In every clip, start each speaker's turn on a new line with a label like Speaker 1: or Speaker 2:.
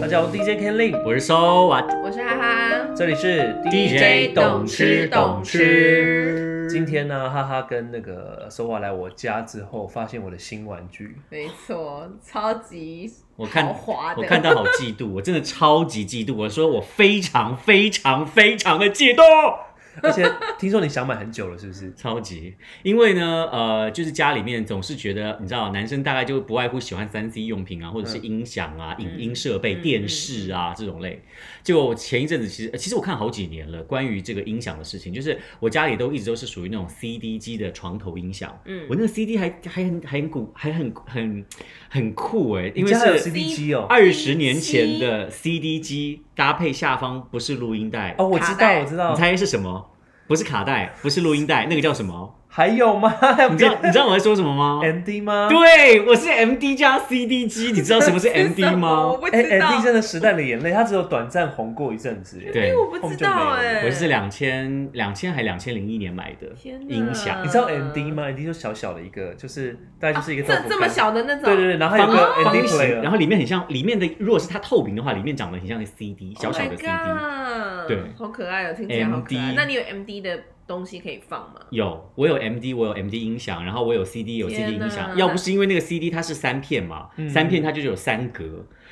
Speaker 1: 大家好，我是 DJ Ken Lin，我是 So 瓦，
Speaker 2: 我是哈哈，
Speaker 1: 这里是
Speaker 2: DJ 懂吃懂吃
Speaker 1: 今天呢，哈哈跟那个 So 瓦来我家之后，发现我的新玩具，
Speaker 2: 没错，超级
Speaker 3: 我看
Speaker 2: 豪华的，
Speaker 3: 我看到好嫉妒， 我真的超级嫉妒。我说我非常非常非常的嫉妒，
Speaker 1: 而且听说你想买很久了，是不是？
Speaker 3: 超级。因为呢，呃，就是家里面总是觉得，你知道，男生大概就不外乎喜欢三 C 用品啊，或者是音响啊、影音设备、
Speaker 2: 嗯
Speaker 3: 电视啊、这种类。结果我前一阵子其实，呃其实我看好几年了，关于这个音响的事情，就是我家里都一直都是属于那种 CD 机的床头音响。
Speaker 2: 嗯
Speaker 3: 我那个 CD 还还很还很古，还很很很酷哎、因为
Speaker 1: 你家还有
Speaker 3: 是
Speaker 1: CD 机哦。
Speaker 3: 二十年前的 CD 机搭配下方不是录音带，
Speaker 1: 哦，我知
Speaker 2: 卡
Speaker 1: 道，
Speaker 2: 带
Speaker 1: 我知道
Speaker 3: 你，猜是什么？不是卡带，不是录音带，那个叫什么？
Speaker 1: 还有吗？还有
Speaker 3: 你 知道你知道我在说什么吗？
Speaker 1: MD 吗？
Speaker 3: 对，我是 MD 加 CD 机，你知道什么是 MD
Speaker 2: 我
Speaker 3: 吗？
Speaker 2: 不
Speaker 1: 哎
Speaker 2: 知道，
Speaker 1: ，MD 真的时代的眼泪，它只有短暂红过一阵子。哎
Speaker 3: 对
Speaker 2: 因为我不知道哎，
Speaker 3: 我是两千两千还两千零一年买的
Speaker 2: 天哪
Speaker 3: 音响
Speaker 1: 你，知道 MD 吗？MD 就小小的一个，就是大概就是一个豆腐
Speaker 2: 啊这
Speaker 1: 干
Speaker 2: 这么小的那种，
Speaker 1: 对对对，然后还有个
Speaker 3: 方
Speaker 1: MD
Speaker 3: 形，
Speaker 1: player，
Speaker 3: 然后里面很像里面的，如果是它透明的话，里面长得很像 CD，小
Speaker 2: Oh
Speaker 3: 小
Speaker 2: my
Speaker 3: 的 CD。
Speaker 2: god，
Speaker 3: 对
Speaker 2: 好可爱哦，听起来好可爱。
Speaker 3: MD
Speaker 2: 那你有 MD 的东西可以放吗？
Speaker 3: 有，我有 MD，我有 MD 音响，然后我有 CD，有 CD
Speaker 2: 天哪
Speaker 3: 音响。要不是因为那个 CD 它是三片嘛，
Speaker 1: 嗯
Speaker 3: 三片它就是有三格，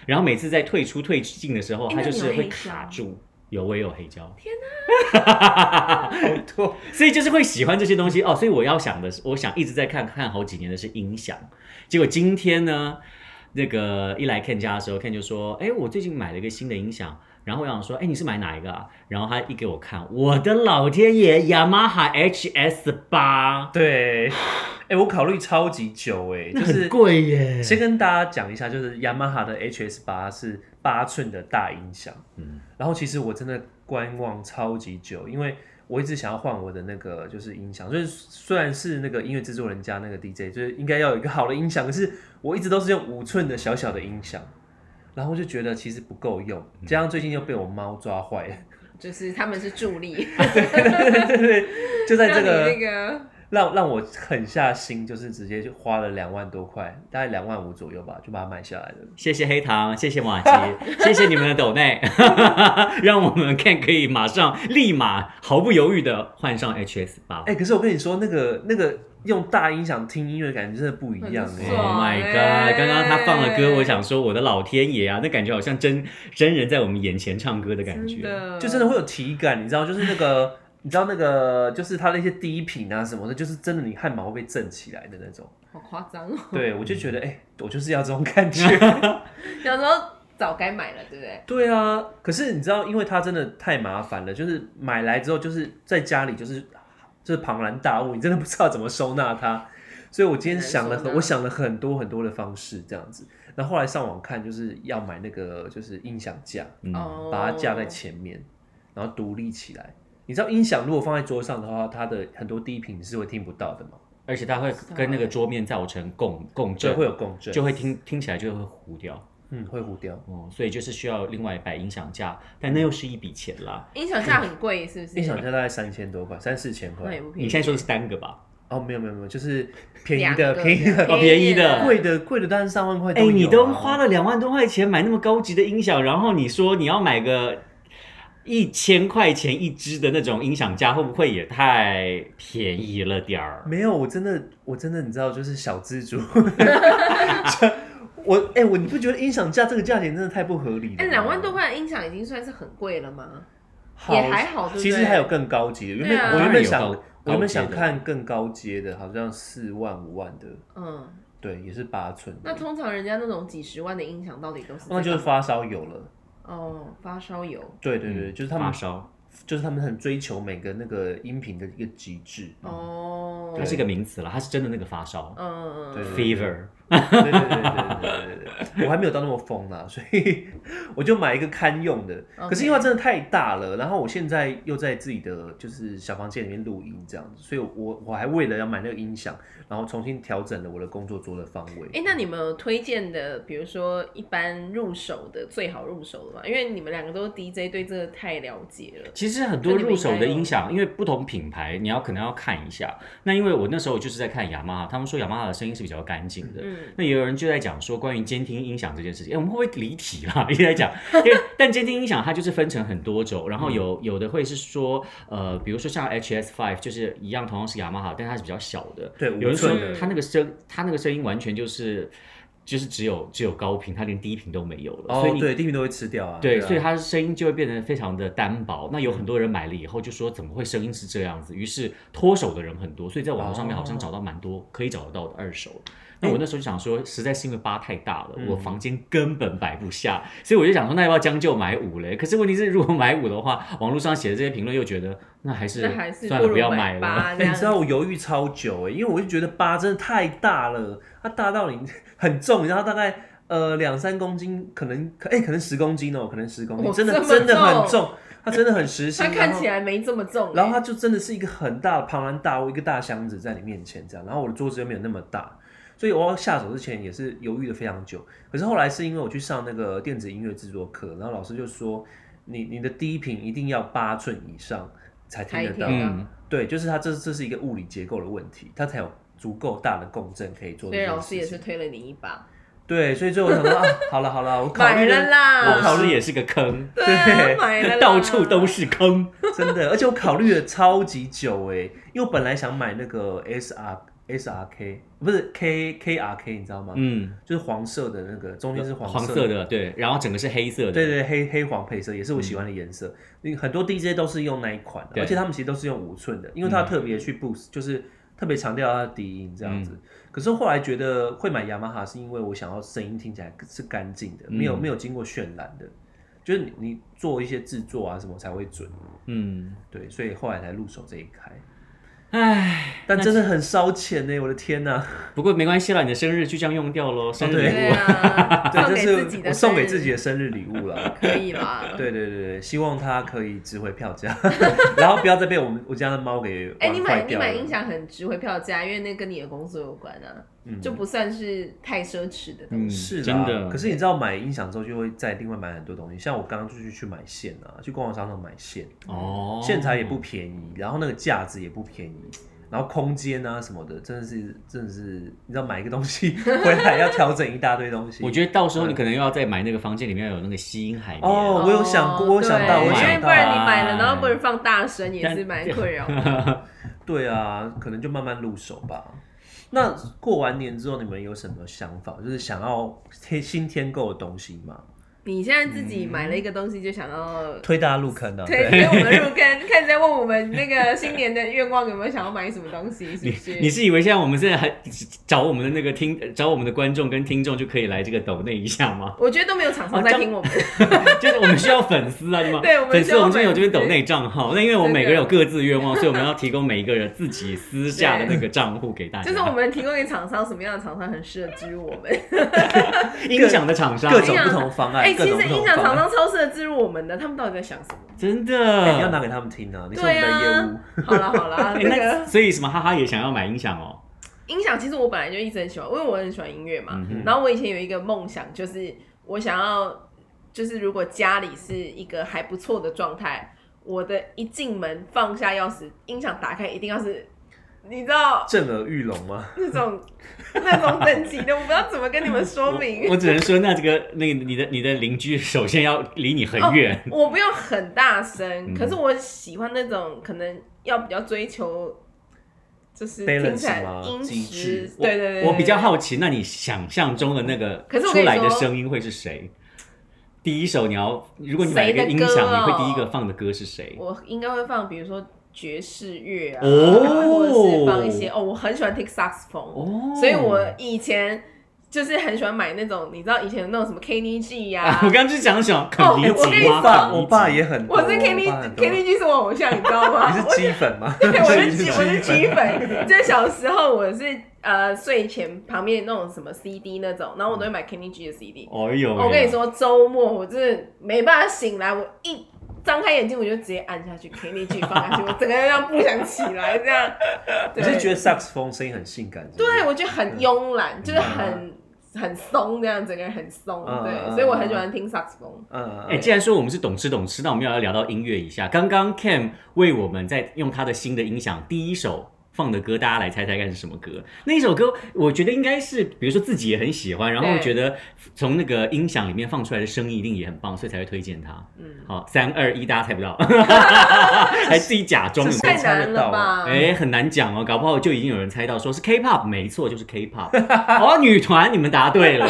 Speaker 3: 然后每次在退出退进的时候，它
Speaker 2: 哎那
Speaker 3: 就
Speaker 2: 你
Speaker 3: 是
Speaker 2: 有
Speaker 3: 会
Speaker 2: 黑
Speaker 3: 卡
Speaker 2: 胶
Speaker 3: 住。有，我也有黑胶，
Speaker 1: 好多。
Speaker 3: 所以就是会喜欢这些东西哦。所以我要想的是，我想一直在看看好几年的是音响。结果今天呢，那个一来 Ken 家的时候，Ken 就说：“哎，我最近买了一个新的音响。”然后我想说：“哎，你是买哪一个啊？”然后他一给我看，我的老天爷，雅马哈 HS 八，
Speaker 1: 对，哎、我考虑超级久哎、
Speaker 3: 那
Speaker 1: 就
Speaker 3: 很
Speaker 1: 是
Speaker 3: 贵
Speaker 2: 嗯
Speaker 3: 耶。
Speaker 1: 先跟大家讲一下，就是雅马哈的 HS 八是八寸的大音响，
Speaker 3: 嗯
Speaker 1: 然后其实我真的观望超级久，因为我一直想要换我的那个就是音响，就是虽然是那个音乐制作人家那个 DJ，就是应该要有一个好的音响，可是我一直都是用五寸的小小的音响。然后就觉得其实不够用，
Speaker 2: 嗯
Speaker 1: 加上最近又被我猫抓坏了，
Speaker 2: 就是他们是助力，
Speaker 1: 就在这
Speaker 2: 让
Speaker 1: 个
Speaker 2: 你那个
Speaker 1: 让让我狠下心，就是直接就花了两万多块，大概两万五左右吧，就把它买下来了。
Speaker 3: 谢谢黑糖，谢谢马吉， 谢谢你们的抖内， 让我们看可以马上立马毫不犹豫的换上 HS 八。
Speaker 1: 哎、可是我跟你说，那个那个用大音响听音乐，感觉真的不一样
Speaker 2: 很
Speaker 1: 哎、
Speaker 2: 爽
Speaker 3: Oh my
Speaker 2: 哎
Speaker 3: god！刚刚他放的歌，我想说，我的老天爷啊，那感觉好像真真人在我们眼前唱歌的感
Speaker 2: 真
Speaker 3: 觉。
Speaker 2: 的，
Speaker 1: 就真的会有体感，你知道，就是那个。你知道那个就是它那些低频啊什么的，就是真的你汗毛会被震起来的那种。
Speaker 2: 好夸张哦。
Speaker 1: 对，我就觉得哎、我就是要这种感觉。
Speaker 2: 小时候早该买了，对不对？
Speaker 1: 对啊，可是你知道，因为它真的太麻烦了，就是买来之后，就是在家里就是就是庞然大物，你真的不知道怎么收纳它。所以我今天想了
Speaker 2: 很难收
Speaker 1: 很，
Speaker 2: 纳
Speaker 1: 我想了很多很多的方式这样子，然后后来上网看，就是要买那个就是音响架，
Speaker 3: 嗯，
Speaker 2: 哦，
Speaker 1: 把它架在前面，然后独立起来。你知道音响如果放在桌上的话，它的很多低频是会听不到的嘛，
Speaker 3: 而且它会跟那个桌面造成共共
Speaker 1: 就
Speaker 3: 振，
Speaker 1: 会有共振，
Speaker 3: 就会听听起来就会糊掉。
Speaker 1: 嗯会糊掉。
Speaker 3: 哦，所以就是需要另外摆音响架，但那又是一笔钱啦。
Speaker 2: 音响架很贵，是不是？
Speaker 1: 音响架大概三千多块，三四千
Speaker 2: 那也
Speaker 1: 块。
Speaker 2: 不便宜。
Speaker 3: 你现在说的是单个吧？
Speaker 1: 哦，没有没有没有，就是便宜
Speaker 2: 两
Speaker 1: 的
Speaker 2: 个
Speaker 1: 便宜的
Speaker 3: 哦便宜的
Speaker 1: 贵的贵的，当然上万块都
Speaker 3: 哎、
Speaker 1: 有啊、
Speaker 3: 你都花了两万多块钱买那么高级的音响，然后你说你要买个一千块钱一支的那种音响架，会不会也太便宜了点儿？
Speaker 1: 没有？我真的，我真的，你知道，就是小资主。我哎、我你不觉得音响价这个价钱真的太不合理了吗？
Speaker 2: 哎，两万
Speaker 1: 啊
Speaker 2: 多块的音响已经算是很贵了吗？
Speaker 1: 好
Speaker 2: 也还好对不对
Speaker 1: 其实还有更高级的，原本、
Speaker 2: 对啊
Speaker 1: 我原
Speaker 3: 当
Speaker 1: 本
Speaker 3: 然有高
Speaker 1: 想，我原
Speaker 3: 高阶
Speaker 1: 本
Speaker 3: 的
Speaker 1: 想看更高阶的，好像四万五万的，
Speaker 2: 嗯，
Speaker 1: 对，也是八寸的。
Speaker 2: 那通常人家那种几十万的音响到底都是在
Speaker 1: 那就是发烧友了。
Speaker 2: 哦发烧友
Speaker 1: 对对对，就是他
Speaker 3: 嗯发
Speaker 1: 们，
Speaker 3: 烧，
Speaker 1: 就是他们很追求每个那个音频的一个极致。
Speaker 2: 哦，
Speaker 1: 嗯
Speaker 3: 它是一个名词了，它是真的那个发烧、
Speaker 2: 嗯
Speaker 1: 对
Speaker 3: f e v e r
Speaker 1: 对对对对对对对对，我还没有到那么疯啦，所以 我就买一个堪用的。
Speaker 2: OK
Speaker 1: 可是因为它真的太大了，然后我现在又在自己的就是小房间里面录音这样子，所以我我还为了要买那个音响，然后重新调整了我的工作桌的方位。
Speaker 2: 哎、那你们有推荐的，比如说一般入手的最好入手的吗？因为你们两个都是 DJ，对这个太了解了。
Speaker 3: 其实很多入手的音响，因为不同品牌，你要可能要看一下。那因为我那时候就是在看雅马哈，他们说雅马哈的声音是比较干净的，
Speaker 2: 嗯嗯，
Speaker 3: 那也有人就在讲说关于监听音响这件事情，哎、我们会不会离题啦？一 直在讲，因为但监听音响它就是分成很多种，然后有有的会是说，呃，比如说像 HS Five 就是一样，同样是雅马哈，但它是比较小的，
Speaker 1: 对
Speaker 3: 有人
Speaker 1: 五
Speaker 3: 说
Speaker 1: 寸
Speaker 2: 的
Speaker 3: 它那个声，它那个声音完全就是就是只有只有高频，它连低频都没有了，所以
Speaker 1: 哦，
Speaker 3: 你
Speaker 1: 对，地平都会吃掉啊。
Speaker 3: 对，
Speaker 1: 啊
Speaker 3: 所以他的声音就会变得非常的单薄。那有很多人买了以后就说怎么会声音是这样子，于是脱手的人很多，所以在网络上面好
Speaker 2: 哦
Speaker 3: 像找到蛮多可以找得到的二手。那我那时候就想说，实在是因为八太大了，
Speaker 2: 嗯
Speaker 3: 我房间根本摆不下，所以我就想说，那要不要将就买五嘞？可是问题是，如果买五的话，网络上写的这些评论又觉得那还是
Speaker 2: 那还是
Speaker 3: 算了，
Speaker 2: 不
Speaker 3: 不要
Speaker 2: 如
Speaker 3: 买
Speaker 2: 买
Speaker 3: 了。
Speaker 2: 八 这
Speaker 1: 哎、
Speaker 2: 样
Speaker 1: 你知道我犹豫超久哎、因为我就觉得八真的太大了，它大到你 很重，你知道大概呃两三公斤，可能可哎、可能十公斤哦、可能十公斤，
Speaker 2: 哦
Speaker 1: 真的
Speaker 2: 这么
Speaker 1: 真的很
Speaker 2: 重
Speaker 1: 重，它真的很实心。
Speaker 2: 它看起
Speaker 1: 来，
Speaker 2: 来没这么重欸、
Speaker 1: 然后它就真的是一个很大的庞然大物，一个大箱子在你面前这样，然后我的桌子又没有那么大。所以我要下手之前也是犹豫了非常久，可是后来是因为我去上那个电子音乐制作课，然后老师就说，你你的低频一定要八寸以上才听
Speaker 2: 才
Speaker 1: 得
Speaker 2: 听
Speaker 1: 到，
Speaker 2: 得到
Speaker 3: 嗯，
Speaker 1: 对，就是它这这是一个物理结构的问题，它才有足够大的共振可以做
Speaker 2: 所
Speaker 1: 这
Speaker 2: 以
Speaker 1: 件
Speaker 2: 老
Speaker 1: 事
Speaker 2: 师
Speaker 1: 情。
Speaker 2: 也是推了你一把，
Speaker 1: 对，所以最后我想说啊，好了好了，我考
Speaker 2: 买
Speaker 1: 虑
Speaker 2: 了
Speaker 1: 了，
Speaker 2: 啦，
Speaker 3: 我考虑也是个坑，
Speaker 2: 对啊
Speaker 1: 对，
Speaker 2: 买了啦，
Speaker 3: 到处都是坑。
Speaker 1: 真的，而且我考虑了超级久哎、因为我本来想买那个 S R S R K，不是 K K R K，你知道吗？
Speaker 3: 嗯，
Speaker 1: 就是黄色的那个，中间是
Speaker 3: 黄
Speaker 1: 色
Speaker 3: 色的，对，然后整个是黑色的，
Speaker 1: 对对，黑黑黄配色也是我喜欢的颜色。因为很多 DJ 都是用那一款的，
Speaker 3: 对嗯
Speaker 1: 而且他们其实都是用五寸的，因为它特别去 boost，、就是特别强调它的低音这样子。
Speaker 3: 嗯
Speaker 1: 可是后来觉得会买雅马哈是因为我想要声音听起来是干净的，没有
Speaker 3: 嗯
Speaker 1: 没有经过渲染的，就是你你做一些制作啊什么才会准。
Speaker 3: 嗯。
Speaker 1: 对，所以后来才入手这一开，
Speaker 3: 唉，
Speaker 1: 但真的很烧钱呢、我的天呐、
Speaker 3: 不过没关系啦，你的生日就这样用掉喽，生日
Speaker 1: 哦对
Speaker 3: 礼
Speaker 2: 对
Speaker 3: 物。
Speaker 2: 啊，
Speaker 1: 对，
Speaker 2: 送给
Speaker 1: 这
Speaker 2: 自
Speaker 1: 是
Speaker 2: 己的，
Speaker 1: 我送给自己的，生日礼物了。
Speaker 2: 可以啦。
Speaker 1: 对对对对，希望它可以值回票价， 然后不要再被我们我家的猫给
Speaker 2: 哎、你
Speaker 1: 玩
Speaker 2: 买
Speaker 1: 坏
Speaker 2: 你
Speaker 1: 掉了。
Speaker 2: 买音响很值回票价，因为那跟你的工作有关啊，
Speaker 1: 嗯
Speaker 2: 就不算是太奢侈的东 西。
Speaker 1: 是啦
Speaker 3: 真的
Speaker 1: 嗯可是你知道买音响之后就会再另外买很多东西，像我刚刚就去去买线啊，去逛商场买线，
Speaker 3: 哦，
Speaker 1: 线材也不便宜，然后那个架子也不便宜。然后空间啊什么的，真的是真的是，你知道买一个东西 回来要调整一大堆东西。
Speaker 3: 我觉得到时候你可能又要再买那个房间里面有那个吸音海绵。
Speaker 1: 嗯
Speaker 3: 啊
Speaker 1: 哦我有想过
Speaker 2: 哦
Speaker 1: 我有想到嗯
Speaker 3: 我
Speaker 2: 对
Speaker 3: 有
Speaker 2: 因为
Speaker 3: 想
Speaker 2: 不
Speaker 3: 到
Speaker 2: 然你买了，然后不能放大声，也是蛮困扰 的。
Speaker 1: 对啊，可能就慢慢入手吧。那过完年之后，你们有什么想法？就是想要添新添购的东西吗？
Speaker 2: 你现在自己买
Speaker 1: 嗯
Speaker 2: 了一个东西，就想要
Speaker 1: 推大家入坑啊！
Speaker 2: 推推我们入坑，开始在问我们那个新年的愿望有没有想要买什么东西，是
Speaker 3: 你
Speaker 2: 不是？
Speaker 3: 你是以为现在我们现在还找我们的那个听找我们的观众跟听众就可以来这个抖内一下 吗？
Speaker 2: 我觉得都没有
Speaker 1: 哦
Speaker 2: 厂商在听我们，
Speaker 3: 就是我们需要粉丝啊，你们
Speaker 2: 对我们
Speaker 3: 粉丝
Speaker 2: 需要
Speaker 3: 我们就有
Speaker 2: 粉
Speaker 3: 这
Speaker 2: 丝
Speaker 3: 边抖内账号。那因为我们
Speaker 2: 真的
Speaker 3: 每个人有各自愿望，所以我们要提供每一个人自己私下的那个账户给大家。
Speaker 2: 就是我们提供给厂商什么样的厂商很适合植入我们。
Speaker 3: 音响的厂商
Speaker 1: 各种不同方案，
Speaker 2: 哎、
Speaker 1: 各
Speaker 2: 其
Speaker 1: 种
Speaker 2: 实
Speaker 1: 不同
Speaker 2: 音响
Speaker 1: 方
Speaker 2: 厂
Speaker 1: 案。
Speaker 2: 商超适合植入我们的，他们到底在想什么？
Speaker 3: 真
Speaker 1: 哎你要
Speaker 3: 的。
Speaker 1: 拿给他们听啊！你是我
Speaker 2: 对
Speaker 1: 们的业
Speaker 2: 啊
Speaker 1: 务，，
Speaker 2: 好啦好啦，
Speaker 3: 哎那
Speaker 2: 那个
Speaker 3: 所以什么哈哈也想要买音响哦。
Speaker 2: 音响其实我本来就一直很喜欢，因为我很喜欢音乐嘛。
Speaker 3: 嗯哼
Speaker 2: 然后我以前有一个梦想，就是我想要，就是如果家里是一个还不错的状态，我的一进门放下钥匙，音响打开一定要是，你知道
Speaker 1: 震耳欲聋吗？
Speaker 2: 那 种那种等级的，我不知道怎么跟你们说明。
Speaker 3: 我 只能说，那这个那个你的你的邻居首先要离你很远。
Speaker 2: 哦。 我不用很大声，
Speaker 3: 嗯
Speaker 2: 可是我喜欢那种可能要比较追求，就是听
Speaker 1: Balance
Speaker 2: 起来
Speaker 1: 吗
Speaker 2: 音
Speaker 1: 极
Speaker 2: 质
Speaker 1: 致。
Speaker 2: 对对对，
Speaker 3: 我比较
Speaker 2: 对
Speaker 3: 好奇，那你想象中的那个
Speaker 2: 可是我
Speaker 3: 出
Speaker 2: 跟你
Speaker 3: 来的
Speaker 2: 说
Speaker 3: 声音会是谁？第一首你要，如果你买了
Speaker 2: 谁
Speaker 3: 一个
Speaker 2: 的
Speaker 3: 音
Speaker 2: 歌
Speaker 3: 响，你
Speaker 2: 哦
Speaker 3: 会第一个放的歌是谁？
Speaker 2: 我应该会放，比如说爵士乐啊，
Speaker 3: 哦
Speaker 2: 或者是放一些哦，我很喜欢听 saxophone，、
Speaker 3: 哦
Speaker 2: 所以我以前就是很喜欢买那种，你知道以前有那种什么 KDG 呀、
Speaker 3: 啊，我刚刚就讲想肯尼
Speaker 2: 哎我跟
Speaker 3: 基
Speaker 2: 你
Speaker 1: 我
Speaker 3: 吗？
Speaker 1: 爸，
Speaker 3: 肯尼
Speaker 1: 我爸
Speaker 3: 基
Speaker 1: 也很多，
Speaker 2: 我是
Speaker 1: 哦我
Speaker 2: K E D
Speaker 1: 爸很多
Speaker 2: K D G 是我偶像，你知道吗？
Speaker 1: 你是鸡粉吗？
Speaker 2: 对， 我是
Speaker 1: 你
Speaker 2: 鸡，我是
Speaker 1: 粉
Speaker 2: 鸡粉。就是小时候我是呃睡前旁边那种什么 CD 那种，然后我都会买 Kenny G 的 CD。
Speaker 3: 哦呦，
Speaker 2: 我跟你，说，周末我真的没办法醒来，我一张开眼睛我就直接按下去 Kenny G 放下去，我整个人要不想起来这样。
Speaker 1: 你
Speaker 2: 对
Speaker 1: 是觉得萨克斯风声音很性感？是不是
Speaker 2: 对，，我觉得很慵懒，就是很很松这样，整个人很松。
Speaker 1: 嗯
Speaker 2: 对，
Speaker 1: 嗯
Speaker 2: 所以我很喜欢听萨克斯风。
Speaker 1: 嗯，
Speaker 3: 哎，既然说我们是懂吃懂吃，那我们要聊到音乐一下。刚刚 Cam 为我们在用他的新的音响第一首放的歌，大家来猜猜看是什么歌？那一首歌，我觉得应该是，比如说自己也很喜欢，然后
Speaker 2: 对
Speaker 3: 觉得从那个音响里面放出来的声音一定也很棒，所以才会推荐它。
Speaker 2: 嗯，
Speaker 3: 好，三二一，大家猜 不到，还自己假装
Speaker 1: 这
Speaker 3: 有
Speaker 1: 是
Speaker 3: 没有
Speaker 2: 太
Speaker 3: 猜？
Speaker 2: 难了吧？
Speaker 3: 哎，很难讲哦，搞不好就已经有人猜到说是 K-pop，没错，就是 K-pop。哦，女团，你们答对 了，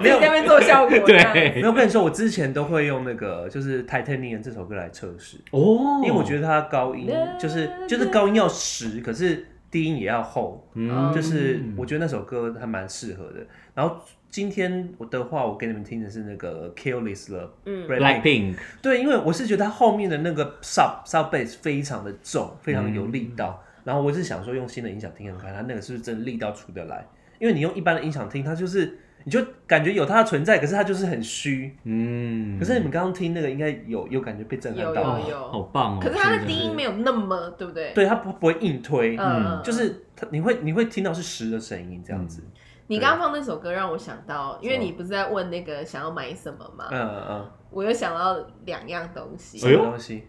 Speaker 2: 你在那边做效果，这样
Speaker 1: 没
Speaker 3: 对，哦
Speaker 1: 有，我跟你说，我之前都会用那个就是《Titanium》这首歌来测试，
Speaker 3: 哦，
Speaker 1: 因为我觉得它高音就是就是高音要实，可是低音也要厚，
Speaker 3: 嗯
Speaker 1: 就是我觉得那首歌还蛮适合的。然后今天我的话，我给你们听的是那个《Kill This Love》，
Speaker 2: 嗯
Speaker 1: Blackpink
Speaker 3: Blackpink，
Speaker 1: 对，因为我是觉得它后面的那个 sub sub bass 非常的重，非常
Speaker 2: 嗯
Speaker 1: 有力道。然后我是想说，用新的音响听听看，它那个是不是真的力道出得来？因为你用一般的音响听，它就是你就感觉有它的存在，可是它就是很虚。
Speaker 3: 嗯，
Speaker 1: 可是你们刚刚听那个，应该有有感觉被震撼
Speaker 2: 有
Speaker 1: 到
Speaker 2: 有
Speaker 1: 吗，
Speaker 3: 好
Speaker 2: 有，
Speaker 3: 棒哦！
Speaker 2: 可是它的
Speaker 3: 真
Speaker 2: 低音没有那么，对不对？
Speaker 1: 对，它不不会硬推，
Speaker 2: 嗯，嗯，
Speaker 1: 就是它你会你会听到是实的声音这样子。
Speaker 2: 你刚刚放那首歌让我想到，因为你不是在问那个想要买什么吗？
Speaker 1: 嗯嗯
Speaker 2: 我又想到两样东西
Speaker 1: 嗯，，什
Speaker 3: 哎呦
Speaker 1: 么东西？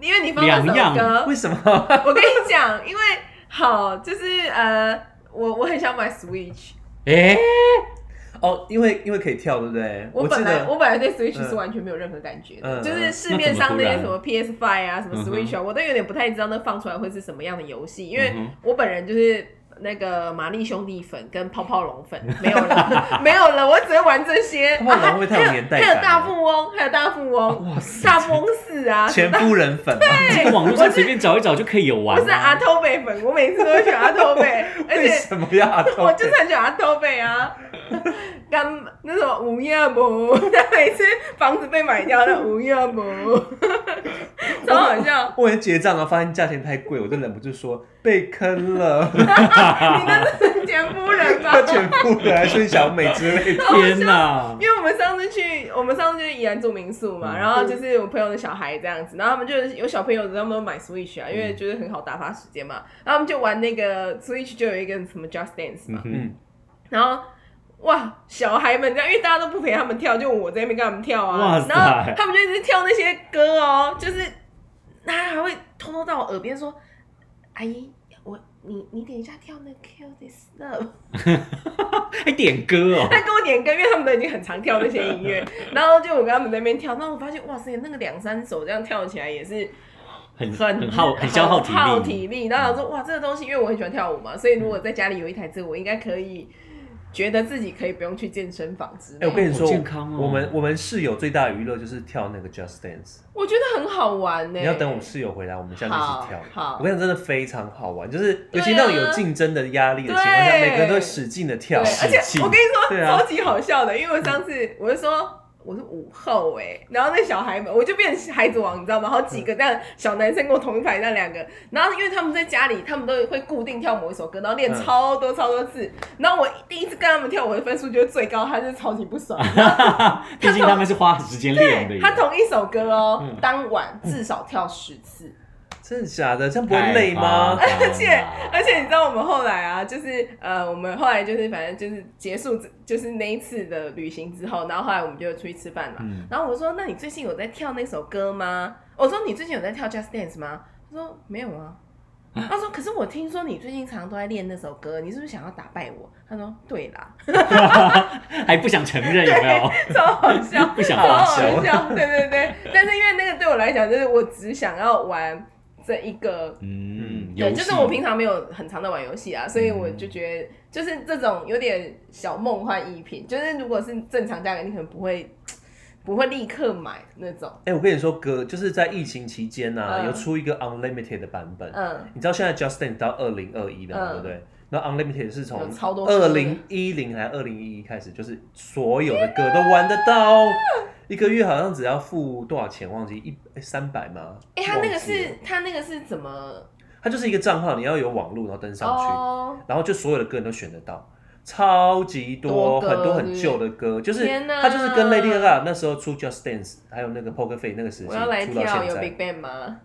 Speaker 2: 因为你放那首
Speaker 3: 两样
Speaker 2: 歌，
Speaker 1: 为什么？
Speaker 2: 我跟你讲，因为好就是呃，我我很想买 Switch，
Speaker 3: 哎，
Speaker 1: 哦，因为因为可以跳，对不对？
Speaker 2: 我本
Speaker 1: 记
Speaker 2: 来
Speaker 1: 得
Speaker 2: 我本来对 Switch
Speaker 1: 嗯
Speaker 2: 是完全没有任何感觉的，
Speaker 1: 嗯
Speaker 2: 就是市面上那
Speaker 3: 那
Speaker 2: 些
Speaker 3: 怎
Speaker 2: 什
Speaker 3: 么
Speaker 2: 么 PS Five 啊、什么
Speaker 3: 嗯哼
Speaker 2: Switch 啊，我都有点不太知道那放出来会是什么样的游戏，因为
Speaker 3: 嗯哼
Speaker 2: 我本人就是。那个玛丽兄弟粉跟泡泡龙粉没有了， 没有了，我只会玩这些。
Speaker 1: 泡泡龙会不会太有
Speaker 2: 啊还
Speaker 1: 年代
Speaker 2: 还有
Speaker 1: 感
Speaker 2: 大
Speaker 1: 了
Speaker 2: 富翁，还有大富翁，
Speaker 1: 哇塞，
Speaker 2: 大富翁四啊，什
Speaker 1: 前
Speaker 2: 么
Speaker 1: 夫人粉嘛，
Speaker 3: 这个网啊络上随便找一找就可以有玩
Speaker 2: 不
Speaker 3: 啊，
Speaker 2: 是阿偷贝粉，我每次都会选阿偷贝，而
Speaker 1: 为
Speaker 2: 且
Speaker 1: 哎什么要偷
Speaker 2: 我就是很喜欢阿偷贝啊， 干那什么吴彦博，他 每次房子被买掉的吴彦博， 超好 笑。
Speaker 1: 我也结账了，发现价钱太贵，我就忍不住说被坑了，
Speaker 2: 你那是前夫人吧？
Speaker 1: 全部人还是小美之类的。
Speaker 2: 啊
Speaker 3: 天哪！
Speaker 2: 因为我们上次去，我们上次去宜兰住民宿嘛，然后就是我朋友的小孩这样子，然后他们就是有小朋友的，他们都买 Switch 啊，因为就是很好打发时间嘛，然后他们就玩那个 Switch 就有一个什么 Just Dance 嘛，
Speaker 3: 嗯，
Speaker 2: 然后哇，小孩们这样，因为大家都不陪他们跳，就我在那边跟他们跳啊。
Speaker 3: 哇塞
Speaker 2: 然后他们就一直跳那些歌哦，就是他还会偷偷到我耳边说：“阿姨，我你你等一下跳那个 Kill This Love。”
Speaker 3: 还点歌哦，
Speaker 2: 他跟我点歌，因为他们都已经很常跳那些音乐，然后就我跟他们在那边跳，然后我发现哇塞，那个两三首这样跳起来也是
Speaker 3: 很
Speaker 2: 很
Speaker 3: 很耗很消耗体
Speaker 2: 耗
Speaker 3: 力。
Speaker 2: 体力。然后我说哇，这个东西，因为我很喜欢跳舞嘛，所以如果在家里有一台这个，我应该可以觉得自己可以不用去健身房之类
Speaker 1: 哎、我跟
Speaker 2: 的。
Speaker 1: 你说，
Speaker 3: 好健康哦
Speaker 1: 我们我们室友最大的娱乐就是跳那个 Just Dance。
Speaker 2: 我觉得很好玩呢、欸
Speaker 1: 你要等我室友回来，我们下次一起跳。
Speaker 2: 好好
Speaker 1: 我跟你讲，真的非常好玩，就是
Speaker 2: 对
Speaker 1: 尤
Speaker 2: 啊
Speaker 1: 其那种有竞争的压力的情况下，
Speaker 2: 对
Speaker 1: 每个人都会使劲的
Speaker 2: 对，
Speaker 1: 跳。
Speaker 2: 而且我跟你
Speaker 1: 对
Speaker 2: 说，
Speaker 1: 啊嗯
Speaker 2: 超级好笑的，因为我上次我就说。我是午后哎、然后那小孩们，我就变孩子王，你知道吗？好几
Speaker 1: 嗯
Speaker 2: 个这样小男生跟我同一排那两个，然后因为他们在家里，他们都会固定跳某一首歌，然后练
Speaker 1: 嗯
Speaker 2: 超多超多次。然后我第一次跟他们跳，我的分数就是最高，他就是超级不爽。
Speaker 3: 毕竟他们是花时间练的耶。
Speaker 2: 他同一首歌哦，
Speaker 1: 嗯
Speaker 2: 当晚至少跳十次，
Speaker 1: 真的假的？这样不会累吗？
Speaker 3: 太夸张了
Speaker 2: 而且 而且你知道我们后来啊，就是呃，我们后来就是反正就是结束这就是那一次的旅行之后，然后后来我们就出去吃饭嘛，
Speaker 3: 嗯
Speaker 2: 然后我说那你最近有在跳那首歌吗？我说你最近有在跳 Just Dance 吗？他说没有啊。他说：“可是我听说你最近常常都在练那首歌，你是不是想要打败我？”他说：“对啦，
Speaker 3: 还不想承认，有没有？
Speaker 2: 超好笑。”
Speaker 3: 不想
Speaker 2: 好
Speaker 3: 发
Speaker 2: 好
Speaker 3: 笑。
Speaker 2: 笑， 对对对。但是因为那个对我来讲，就是我只想要玩这一个，
Speaker 3: 嗯，
Speaker 2: 对，
Speaker 3: 游
Speaker 2: 就是
Speaker 3: 戏
Speaker 2: 我平常没有很常在玩游戏啊，
Speaker 1: 嗯
Speaker 2: 所以我就觉得就是这种有点小梦幻逸品，就是如果是正常价格，你可能不会不会立刻买那种，
Speaker 1: 哎、我跟你说，哥，就是在疫情期间呢、
Speaker 2: 嗯
Speaker 1: 有出一个 Unlimited 的版本。
Speaker 2: 嗯。
Speaker 1: 你知道现在 Just Dance 到二零二一了嘛，
Speaker 2: 嗯
Speaker 1: 对不对？然后 Unlimited 是从
Speaker 2: 有超多歌
Speaker 1: 二零一零还二零一一开始，就是所有的歌都玩得到，
Speaker 2: 嗯
Speaker 1: 一个月好像只要付多少钱？忘记一三百吗？
Speaker 2: 哎、他那个
Speaker 1: 忘记了
Speaker 2: 是，他那个是怎么？
Speaker 1: 它就是一个账号，你要有网络然后登上去，
Speaker 2: 哦，
Speaker 1: 然后就所有的歌你都选得到。超级多
Speaker 2: 多歌嗯
Speaker 1: 很多很旧的歌，就是
Speaker 2: 天哪
Speaker 1: 它就是跟 Lady Gaga 那时候出 Just Dance，还有那个 Poker Face 那个时期
Speaker 2: 我要来
Speaker 1: 出到
Speaker 2: 跳
Speaker 1: 现
Speaker 2: 有
Speaker 1: 在
Speaker 2: Big。Bang 吗？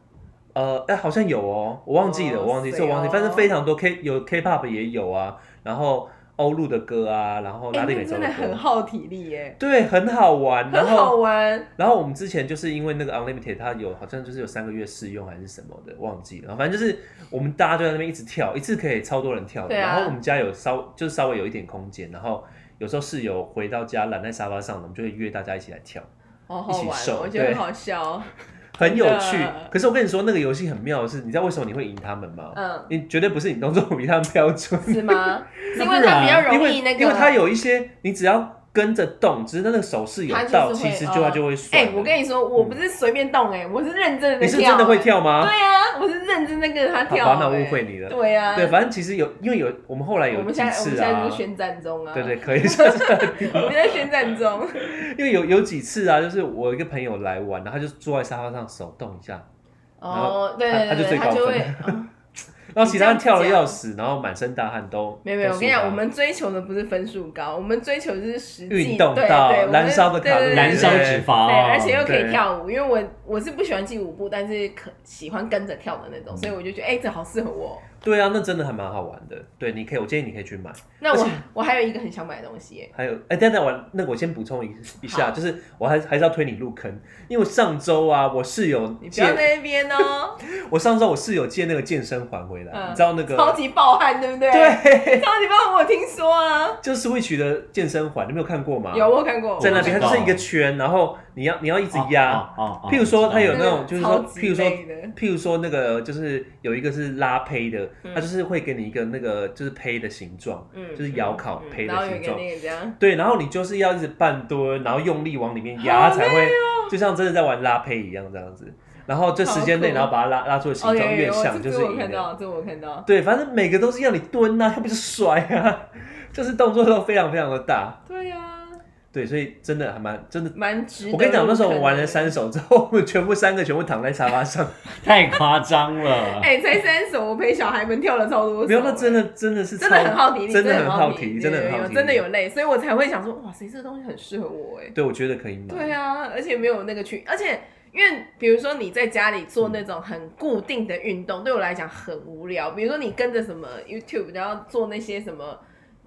Speaker 1: 呃，哎、好像有哦，我忘记了，
Speaker 2: 哇
Speaker 1: 我忘记，
Speaker 2: 塞
Speaker 1: 这我忘记，
Speaker 2: 哦
Speaker 1: 反正非常多 K 有 K-pop 也有啊，然后欧陆的歌啊，然后
Speaker 2: 哎、
Speaker 1: 拉丁
Speaker 2: 那
Speaker 1: 美洲
Speaker 2: 真的很
Speaker 1: 歌，
Speaker 2: 耗体力耶，
Speaker 1: 对，很好玩。 然
Speaker 2: 很好
Speaker 1: 后，
Speaker 2: 玩。
Speaker 1: 然后我们之前就是因为那个 Unlimited，它有好像就是有三个月试用还是什么的，忘记了。反正就是我们大家就在那边一直跳，一次可以超多人跳的。
Speaker 2: 对啊
Speaker 1: 然后我们家有稍就是稍微有一点空间，然后有时候室友回到家懒在沙发上，我们就会约大家一起来跳。
Speaker 2: 好好
Speaker 1: 一
Speaker 2: 玩
Speaker 1: 起
Speaker 2: 哦，
Speaker 1: 瘦
Speaker 2: 我觉得
Speaker 1: 对
Speaker 2: 很好 笑哦。
Speaker 1: 很有
Speaker 2: 真
Speaker 1: 趣
Speaker 2: 的。
Speaker 1: 可是我跟你说，那个游戏很妙的是，你知道为什么你会赢他们吗？
Speaker 2: 嗯，
Speaker 1: 你绝对不是你动作比他们标准，
Speaker 2: 是 吗？是因为
Speaker 3: 那不
Speaker 2: 它
Speaker 3: 然
Speaker 2: 比较
Speaker 1: 啊因
Speaker 2: 容
Speaker 1: 为
Speaker 2: 易那个，啊
Speaker 1: 因为他有一些你只要跟着动，只是他那个手势有
Speaker 2: 它就是
Speaker 1: 到，
Speaker 2: 会
Speaker 1: 其实
Speaker 2: 嗯
Speaker 1: 就他就会算
Speaker 2: 哎、
Speaker 1: 了。嗯
Speaker 2: 我跟你说，我不是随便动哎、我是认真的。
Speaker 1: 你是真的会？跳
Speaker 2: 对
Speaker 1: 吗？
Speaker 2: 啊，我是认真的跟着他
Speaker 1: 好
Speaker 2: 跳、
Speaker 1: 吧，
Speaker 2: 欸。
Speaker 1: 那我误会你了。
Speaker 2: 对啊，
Speaker 1: 对，反正其实有，因为有我们后来
Speaker 2: 我
Speaker 1: 有
Speaker 2: 们
Speaker 1: 几
Speaker 2: 现在我们
Speaker 1: 次
Speaker 2: 现在
Speaker 1: 啊
Speaker 2: 就是，宣战中啊，
Speaker 1: 对对，可以， 就是
Speaker 2: 我们在宣 战中，
Speaker 1: 因为有有几次啊，就是我一个朋友来玩，然后他就坐在沙发上手动一下，
Speaker 2: 哦，对
Speaker 1: 他
Speaker 2: 对
Speaker 1: 他就
Speaker 2: 对，
Speaker 1: 最
Speaker 2: 他就
Speaker 1: 高
Speaker 2: 会
Speaker 1: 分，
Speaker 2: 哦
Speaker 1: 然后其他人
Speaker 2: 你这样
Speaker 1: 跳
Speaker 2: 子
Speaker 1: 的要死，然后满身大汗都
Speaker 2: 没有没 有，
Speaker 1: 都
Speaker 2: 我
Speaker 1: 输
Speaker 2: 跟你讲，
Speaker 1: 他
Speaker 2: 我们追求的不是分数高，我们追求的是实际
Speaker 1: 运动
Speaker 2: 对
Speaker 1: 到
Speaker 2: 对我们
Speaker 1: 燃烧的
Speaker 2: 对
Speaker 1: 卡路里
Speaker 2: 对
Speaker 1: 哦
Speaker 2: 对
Speaker 3: 燃烧
Speaker 2: 对
Speaker 3: 脂肪，
Speaker 2: 对，而且又可以
Speaker 1: 对
Speaker 2: 跳舞，因为我我是不喜欢记舞步，但是可喜欢跟着跳的那
Speaker 1: 嗯
Speaker 2: 种，所以我就觉得哎、这好适合我。
Speaker 1: 对啊，那真的还蛮好玩的。对，你可以，我建议你可以去买。
Speaker 2: 那
Speaker 1: 而
Speaker 2: 我
Speaker 1: 且
Speaker 2: 我还有一个很想买的东西耶，
Speaker 1: 还有，哎、等等，我那个我先补充一一下，
Speaker 2: 好
Speaker 1: 就是我还还是要推你入坑，因为我上周啊，我室友
Speaker 2: 你不
Speaker 1: 借，
Speaker 2: 要在那边哦，
Speaker 1: 我上周我室友借那个健身环回来，
Speaker 2: 嗯
Speaker 1: 你知道那
Speaker 2: 超
Speaker 1: 个
Speaker 2: 级暴汗，对不
Speaker 1: 对，
Speaker 2: 对？，超级暴汗，我有听说啊，
Speaker 1: 就 Switch 的健身环，你没有看过吗？
Speaker 2: 有我有看过，
Speaker 1: 在那
Speaker 3: 我
Speaker 1: 边，
Speaker 3: 知
Speaker 1: 它
Speaker 3: 道
Speaker 1: 就是一个圈，然后你要你要一直压。
Speaker 3: 哦哦哦
Speaker 1: 譬如说，它有
Speaker 2: 哦
Speaker 1: 那种，就是说
Speaker 2: 超，级
Speaker 1: 譬如说
Speaker 2: 累的，
Speaker 1: 譬如说那个，就是有一个是拉胚的，
Speaker 2: 嗯
Speaker 1: 它就是会给你一个那个就是胚的形状，
Speaker 2: 嗯
Speaker 1: 就是窑烤
Speaker 2: 嗯
Speaker 1: 胚的
Speaker 2: 然后
Speaker 1: 形
Speaker 2: 有一个
Speaker 1: 状。
Speaker 2: 那个这样。
Speaker 1: 对，然后你就是要一直半蹲，然后用力往里面压，
Speaker 2: 好哦
Speaker 1: 才会就像真的在玩拉胚一样这样子。然后这时间内，
Speaker 2: 好酷
Speaker 1: 然后把它拉拉出的形
Speaker 2: 哦，有
Speaker 1: 状
Speaker 2: 有
Speaker 1: 越
Speaker 2: 有，
Speaker 1: 像，
Speaker 2: 这
Speaker 1: 就
Speaker 2: 这
Speaker 1: 是
Speaker 2: 我
Speaker 1: 赢
Speaker 2: 看
Speaker 1: 了。
Speaker 2: 到，这我看到。
Speaker 1: 对，反正每个都是要你蹲啊，要不就甩啊， 就是动作都非常非常的大。
Speaker 2: 对呀，
Speaker 1: 对，所以真的还蛮真的。
Speaker 2: 蛮值得
Speaker 1: 我
Speaker 2: 入坑的。欸
Speaker 1: 跟你讲，那时候我玩了三首之后，我们全部三个全部躺在沙发上，
Speaker 3: 太夸张了。
Speaker 2: 哎，才三首，我陪小孩们跳了超多首。
Speaker 1: 没有，那真
Speaker 2: 的
Speaker 1: 的真的是
Speaker 2: 真的
Speaker 1: 超
Speaker 2: 很耗体力，
Speaker 1: 真的很
Speaker 2: 耗
Speaker 1: 耗体力，
Speaker 2: 力，
Speaker 1: 真的很
Speaker 2: 有
Speaker 1: 耗
Speaker 2: 有
Speaker 1: 体力，
Speaker 2: 真的。有累，所以我才会想说，哇塞，这个东西很适合我哎。
Speaker 1: 对，我觉得可以买。
Speaker 2: 对啊，而且没有那个去，而且因为比如说你在家里做那种很固定的运动，对我来讲很无聊。比如说你跟着什么 YouTube，然后做那些什么。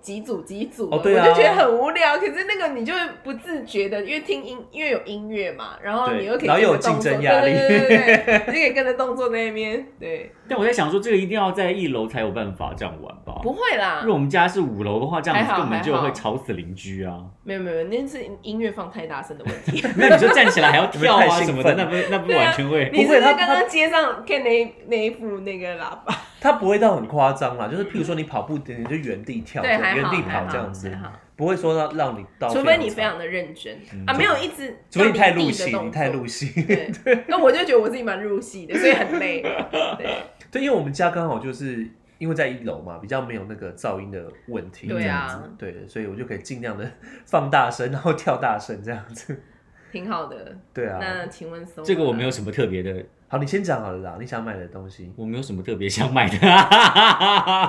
Speaker 2: 几组几组的，
Speaker 1: 哦对啊
Speaker 2: 我就觉得很无聊。可是那个你就会不自觉的，因为听音，因为有音乐嘛，然后
Speaker 1: 对
Speaker 2: 你又可以
Speaker 1: 然后
Speaker 2: 跟
Speaker 1: 又
Speaker 2: 着
Speaker 1: 有竞
Speaker 2: 动作，
Speaker 1: 争压力
Speaker 2: 对对对对对，你就可以跟着动作在那边。对，
Speaker 3: 但我在想说，这个一定要在一楼才有办法这样玩吧？
Speaker 2: 不会啦
Speaker 3: 如，果我们家是五楼的话，这样
Speaker 2: 啊还
Speaker 3: 子
Speaker 2: 好
Speaker 3: 根本就
Speaker 2: 还好
Speaker 3: 会吵死邻居啊！
Speaker 2: 没有没有，没有那是音乐放太大声的问题。
Speaker 3: 那你就站起来还要 跳
Speaker 1: 你们
Speaker 3: 啊
Speaker 1: 太兴
Speaker 3: 什么的，
Speaker 1: 奋
Speaker 3: 那不 那不
Speaker 2: 对啊
Speaker 3: 完全会
Speaker 2: 你是
Speaker 1: 不会
Speaker 2: 不是
Speaker 1: 他
Speaker 2: 刚刚接上看那一那一副那个喇叭？
Speaker 1: 它不会到很夸张啦，就是譬如说你跑步，你就原地跳，
Speaker 2: 对，还
Speaker 1: 原
Speaker 2: 好
Speaker 1: 地
Speaker 2: 还
Speaker 1: 跑
Speaker 2: 好
Speaker 1: 这样子
Speaker 2: 还，好
Speaker 1: 不会说让让你到。
Speaker 2: 除非你非，常的认真啊，没有一直
Speaker 1: 嗯除非你太入
Speaker 2: 要离地的
Speaker 1: 戏，
Speaker 2: 动作
Speaker 1: 你太入戏。
Speaker 2: 对，那我就觉得我自己蛮入戏的，所以很累。对
Speaker 1: 对，因为我们家刚好就是因为在一楼嘛，比较没有那个噪音的问题，
Speaker 2: 对啊
Speaker 1: 这样子，对，所以我就可以尽量的放大声，然后跳大声这样子。
Speaker 2: 挺好的。
Speaker 1: 对啊，
Speaker 2: 那请问松，
Speaker 3: 这个我没
Speaker 2: 有，
Speaker 3: 有什么特别的，
Speaker 1: 好，你先讲好了啦，你想买的东西，
Speaker 3: 我没有什么特别想买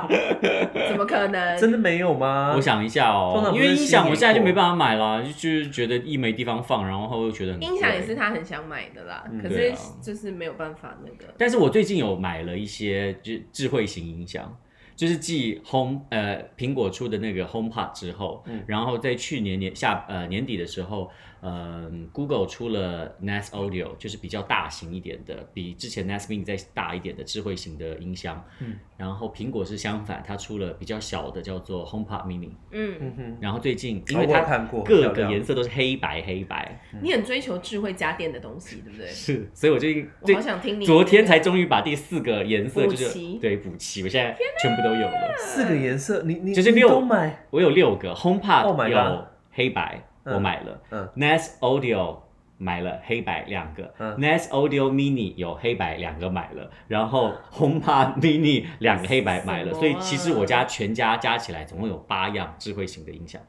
Speaker 3: 的。
Speaker 2: 怎么可 能？
Speaker 1: 真的没有吗？
Speaker 3: 我想一下
Speaker 1: 通
Speaker 3: 哦
Speaker 1: 常，不
Speaker 3: 因
Speaker 1: 是
Speaker 3: 为音响
Speaker 1: 新年
Speaker 3: 我现在就
Speaker 1: 过
Speaker 3: 没办法买啦，就是觉得一没地方放，然后又觉得很贵
Speaker 2: 音响也是。他很想买的啦，
Speaker 1: 嗯
Speaker 2: 可
Speaker 3: 对
Speaker 2: 是
Speaker 3: 啊
Speaker 2: 就是没有办法那个。
Speaker 3: 但是我最近有买了一些智智慧型音响，就是继 Home 呃苹果出的那个 HomePod 之后，
Speaker 1: 嗯
Speaker 3: 然后在去年年下呃年底的时候，呃 Google 出了 Nest Audio，就是比较大型一点的，比之前 Nest Mini 再大一点的智慧型的音箱。
Speaker 1: 嗯
Speaker 3: 然后苹果是相反，它出了比较小的叫做 HomePod Mini。
Speaker 2: 嗯，
Speaker 1: 嗯哼，
Speaker 3: 然后最近因
Speaker 1: 哦
Speaker 3: 为
Speaker 1: 我有
Speaker 3: 它
Speaker 1: 看过
Speaker 3: 各
Speaker 1: 很漂
Speaker 3: 个
Speaker 1: 亮
Speaker 3: 颜色都是黑白黑白，
Speaker 1: 嗯
Speaker 2: 你很追求智慧家电的东西，对不对？
Speaker 3: 是，所以我最近
Speaker 2: 我
Speaker 3: 最
Speaker 2: 好想听你
Speaker 3: 昨天才终于把第四个颜色
Speaker 2: 补
Speaker 3: 就是
Speaker 2: 齐
Speaker 3: 对补齐，我现在全部都有了。
Speaker 1: 四个颜色，你你
Speaker 3: 就是
Speaker 1: 你
Speaker 3: 六
Speaker 1: 都买，
Speaker 3: 我有六个
Speaker 1: Oh
Speaker 3: HomePod
Speaker 1: my
Speaker 3: 有
Speaker 1: God
Speaker 3: 黑白，
Speaker 1: 嗯
Speaker 3: 我买了。
Speaker 1: 嗯
Speaker 3: Nest Audio 买了黑白两个
Speaker 1: 嗯
Speaker 3: ，Nest Audio Mini 有黑白两个买了，然后 HomePod Mini 两个黑白买了，
Speaker 2: 什么啊
Speaker 3: 所以其实我家全家加起来总共有八样智慧型的音响，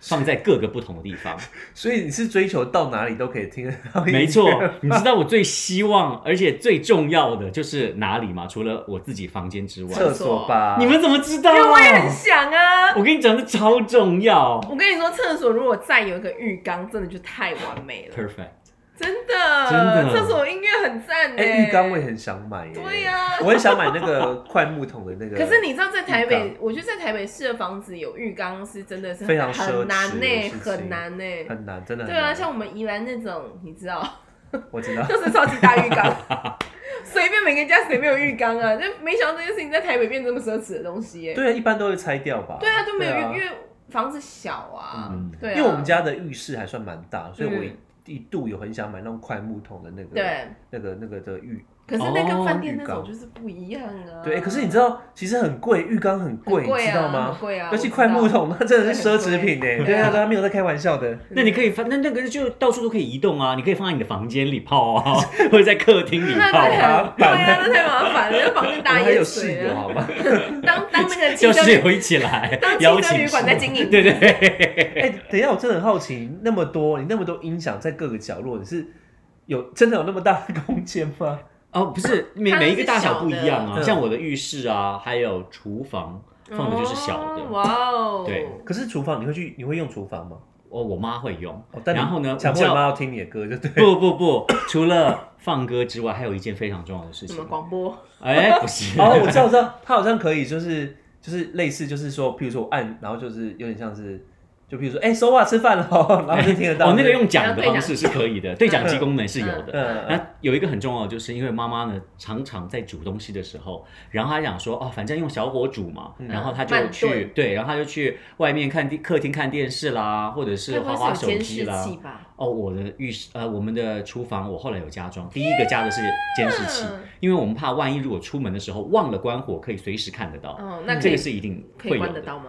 Speaker 3: 放在各个不同的 地
Speaker 1: 哎
Speaker 3: 方。
Speaker 1: 所以你是追求到哪里都可以听得到音乐。
Speaker 3: 没错，你知道我最希望而且最重要的就是哪里吗？除了我自己房间之外，
Speaker 1: 厕所吧，
Speaker 3: 你们怎么知道、
Speaker 2: 啊因为我也很
Speaker 3: 啊？
Speaker 2: 想啊。
Speaker 3: 我跟你讲，这超重要
Speaker 2: 我跟你说，厕所如果再有一个浴缸，真的就太完美 了，
Speaker 3: ，perfect。
Speaker 2: 真的，
Speaker 3: 真的
Speaker 2: 厕所音乐很赞呢、
Speaker 1: 哎、浴缸我也很想买耶，
Speaker 2: 对呀
Speaker 1: 我很想买那个快木桶的那个，
Speaker 2: 可是你知道，在台
Speaker 1: 浴
Speaker 2: 北，我觉得在台北市的房子有浴缸是真的是
Speaker 1: 非常奢侈
Speaker 2: 很难呢、
Speaker 1: 的事情
Speaker 2: 很难呢、
Speaker 1: 很难，真的很
Speaker 2: 对
Speaker 1: 难
Speaker 2: 啊，像我们宜兰那种，你知道，
Speaker 1: 我知道，
Speaker 2: 就是超级大浴缸， 随便每个家谁没有浴缸啊？就没想到这件事情在台北变这么奢侈的东西耶、
Speaker 1: 对啊，一般都会拆掉吧？
Speaker 2: 对啊，都没有
Speaker 1: 对
Speaker 2: 浴，
Speaker 1: 啊
Speaker 2: 因为房子小啊，
Speaker 3: 嗯
Speaker 2: 对啊、
Speaker 1: 因为我们家的浴室还算蛮大，所以我一
Speaker 2: 嗯
Speaker 1: 一度有很想买那种快木桶的那个，
Speaker 2: 对，
Speaker 1: 那个那个的浴，
Speaker 2: 可是那
Speaker 3: 哦
Speaker 2: 跟饭店那
Speaker 1: 浴缸
Speaker 2: 种就是不一样啊。
Speaker 1: 对，哎可是你知道其实很贵，浴缸很贵，
Speaker 2: 很贵
Speaker 1: 你知道
Speaker 2: 啊，很
Speaker 1: 吗？
Speaker 2: 贵啊，
Speaker 1: 尤其
Speaker 2: 我知
Speaker 1: 快木
Speaker 2: 道，
Speaker 1: 桶，那真的是奢侈品哎，
Speaker 2: 很贵
Speaker 1: 对啊，
Speaker 2: 对
Speaker 1: 他没有在开玩笑的，
Speaker 3: 那你可以放，那那个就到处都可以移动啊，你可以放在你的房间里泡啊， 或者在客厅里
Speaker 2: 那
Speaker 3: 泡
Speaker 2: 太
Speaker 3: 啊，
Speaker 1: 好麻
Speaker 2: 对
Speaker 1: 烦
Speaker 2: 啊，那太麻烦了，那房间
Speaker 1: 我
Speaker 2: 大
Speaker 1: 还有
Speaker 2: 淹
Speaker 1: 室
Speaker 2: 水
Speaker 1: 友
Speaker 2: 啊。
Speaker 1: 好吗？
Speaker 2: 当当那 个汽
Speaker 3: 叫
Speaker 2: 车
Speaker 3: 室友一起来
Speaker 2: 当汽
Speaker 3: 邀
Speaker 2: 车
Speaker 3: 请
Speaker 2: 旅馆在经营，
Speaker 3: 对对 对，
Speaker 1: 哎、等一下，我真的很好奇，那么多你那么多音响在各个角落，你是有真的有那么大的空间吗？
Speaker 3: 哦，不是每
Speaker 2: 它是
Speaker 3: 每一个大小不一样
Speaker 1: 小
Speaker 3: 啊，
Speaker 1: 的
Speaker 3: 像我的浴室啊，还有厨房放的就是小的
Speaker 2: 哦，嗯哇哦，
Speaker 3: 对
Speaker 1: 可是厨房你会去，你会用厨房吗？
Speaker 3: 哦，我妈会用
Speaker 1: 哦，，但你
Speaker 3: 然后呢，
Speaker 1: 强
Speaker 3: 我
Speaker 1: 迫你
Speaker 3: 叫
Speaker 1: 妈要听你的歌，就对。
Speaker 3: 不不不， 除了放歌之外，还有一件非常重要的事
Speaker 2: 什
Speaker 3: 情
Speaker 2: 么，广播？
Speaker 3: 哎，不 是，
Speaker 1: 哦，我知道，我知道，他好像可以，就是就是类似，就是说，譬如说我按，然后就是有点像是，就譬如说，哎、说话吃饭了，然后就听得到。
Speaker 3: 哦，那个用讲的
Speaker 2: 对讲
Speaker 3: 方式是可以的，对讲机功能是有的。
Speaker 1: 嗯，嗯，
Speaker 3: 那有一个很重要的，就是因为妈妈呢，常常在煮东西的时候，然后她想说，哦，反正用小火煮嘛，
Speaker 1: 嗯
Speaker 3: 然后她就
Speaker 2: 慢
Speaker 3: 去
Speaker 2: 炖
Speaker 3: 对，然后她就去外面看电客厅看电视啦，或者是
Speaker 2: 该不
Speaker 3: 滑
Speaker 2: 会
Speaker 3: 滑
Speaker 2: 是
Speaker 3: 手
Speaker 2: 有监
Speaker 3: 机
Speaker 2: 视
Speaker 3: 啦。
Speaker 2: 器吧？
Speaker 3: 哦，我的浴室呃，我们的厨房我后来有加装，第一个加的是监视器
Speaker 2: 嗯，
Speaker 3: 因为我们怕万一如果出门的时候忘了关火，可以随时看得到。
Speaker 2: 哦，那可
Speaker 3: 嗯这
Speaker 2: 以
Speaker 3: 个是一定
Speaker 2: 可
Speaker 3: 会有
Speaker 2: 以关得
Speaker 3: 的。
Speaker 2: 到吗？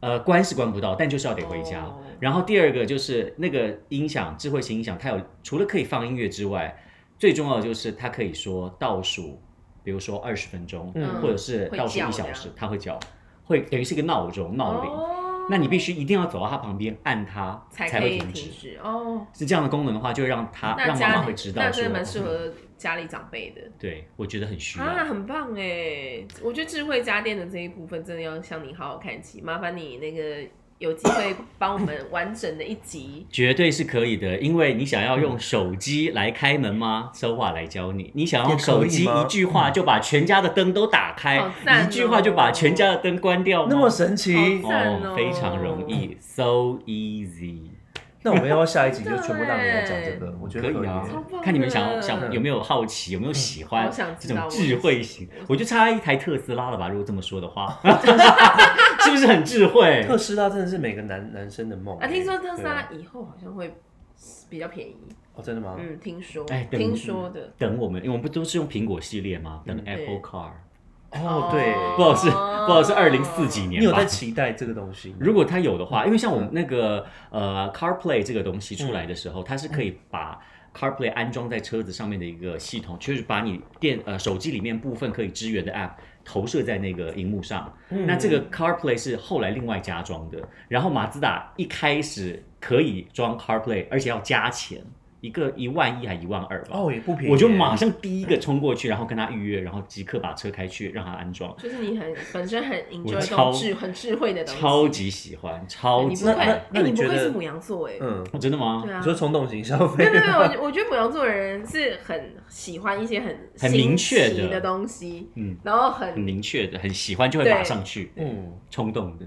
Speaker 3: 呃，关是关不到，但就是要得回家。
Speaker 2: 哦
Speaker 3: 然后第二个就是那个音响，智慧型音响，它有除了可以放音乐之外，最重要的就是它可以说倒数，比如说二十分钟，
Speaker 1: 嗯
Speaker 3: 或者是
Speaker 2: 会
Speaker 3: 倒数
Speaker 2: 叫
Speaker 3: 一
Speaker 2: 这
Speaker 3: 小
Speaker 2: 样
Speaker 3: 时，它会叫，会等于是一个闹钟闹铃。
Speaker 2: 哦
Speaker 3: 那你必须一定要走到它旁边按它，
Speaker 2: 才
Speaker 3: 才
Speaker 2: 可
Speaker 3: 会
Speaker 2: 以
Speaker 3: 停止
Speaker 2: 停。止哦。
Speaker 3: 是这样的功能的话，就会让它
Speaker 2: 那
Speaker 3: 让
Speaker 2: 家
Speaker 3: 妈妈
Speaker 2: 里
Speaker 3: 会知道
Speaker 2: 那
Speaker 3: 说，
Speaker 2: 真的蛮适
Speaker 3: 哦
Speaker 2: 合家里长辈的。
Speaker 3: 对，我觉得很需要。。
Speaker 2: 啊，很棒哎！我觉得智慧家电的这一部分真的要向你好好看齐，麻烦你那个有机会帮我们完整的一集
Speaker 3: 绝对是可以的，因为你想要
Speaker 1: 嗯
Speaker 3: 用手机来开门吗？搜话来教你。你想要用手
Speaker 1: 也
Speaker 3: 机
Speaker 1: 可以吗嗯
Speaker 3: 一句话就把全家的灯都打开，
Speaker 2: 好赞哦
Speaker 3: 一句话就把全家的灯关掉吗？
Speaker 1: 那么神奇
Speaker 2: 好。赞哦
Speaker 3: 非常容易，so easy。
Speaker 1: 那我们要不要下一集就全部让你来讲这个？我觉得
Speaker 3: 以
Speaker 1: 以
Speaker 3: 啊
Speaker 2: 超棒的，嗯
Speaker 3: 看你们想想
Speaker 1: 嗯
Speaker 3: 有没有好奇，有没有喜欢
Speaker 2: 好想
Speaker 3: 这
Speaker 2: 知
Speaker 3: 种
Speaker 2: 道
Speaker 3: 智慧型
Speaker 2: 我也是？
Speaker 3: 我就差一台特斯拉了吧？如果这么说的 话， 是不是很智慧？
Speaker 1: 特斯拉真的是每个男男生的梦
Speaker 2: 啊，听说特斯
Speaker 1: 对
Speaker 2: 拉
Speaker 1: 啊
Speaker 2: 以后好像会比较便宜，
Speaker 1: 哦，真的吗？
Speaker 2: 嗯，听说，
Speaker 3: 哎等
Speaker 2: 听说的。
Speaker 3: 等我们，因为我们不都是用苹果系列吗？等
Speaker 1: 嗯
Speaker 3: Apple
Speaker 2: 对
Speaker 3: Car，
Speaker 2: 嗯
Speaker 1: 哦，对，
Speaker 3: 不好是，
Speaker 2: 哦
Speaker 3: 不好是二零四几年吧？
Speaker 1: 你有在期待这个东西吗？
Speaker 3: 如果它有的
Speaker 1: 嗯
Speaker 3: 话，因为像我们那个呃 CarPlay 这个东西出
Speaker 1: 嗯
Speaker 3: 来的时候，它是可以把 CarPlay 安装在车子上面的一个系统，就是把你电呃手机里面部分可以支援的 App 投射在那个荧幕上。
Speaker 1: 嗯
Speaker 3: 那这个 CarPlay 是后来另外加装的。然后马自达一开始可以装 CarPlay，而且要加钱，一个一万一还一万二吧。
Speaker 1: 哦也不便宜，
Speaker 3: 我就马上第一个冲过去，然后跟他预约，然后即刻把车开去让他安装，
Speaker 2: 就是你很本身很 enjoy 这
Speaker 3: 超
Speaker 2: 种智很智慧的东西，
Speaker 3: 超级喜欢，超
Speaker 2: 你
Speaker 3: 级
Speaker 2: 不
Speaker 1: 那
Speaker 2: 愧，
Speaker 1: 那
Speaker 3: 爱。
Speaker 2: 哎，
Speaker 1: 那你
Speaker 2: 你不
Speaker 1: 觉
Speaker 2: 愧
Speaker 1: 得
Speaker 2: 是母羊座哎，
Speaker 1: 嗯，
Speaker 3: 哦真的吗？
Speaker 2: 对啊
Speaker 1: 你，说冲动型消费
Speaker 2: 没有没有没有，我我觉得母羊座的人是很喜欢一些很
Speaker 3: 很明
Speaker 2: 新
Speaker 3: 确
Speaker 2: 奇
Speaker 3: 的
Speaker 2: 的东西，
Speaker 3: 嗯，
Speaker 2: 然后
Speaker 3: 很
Speaker 2: 很
Speaker 3: 明确的，很喜欢就会
Speaker 2: 对
Speaker 3: 马上去，
Speaker 1: 嗯，
Speaker 3: 冲动的。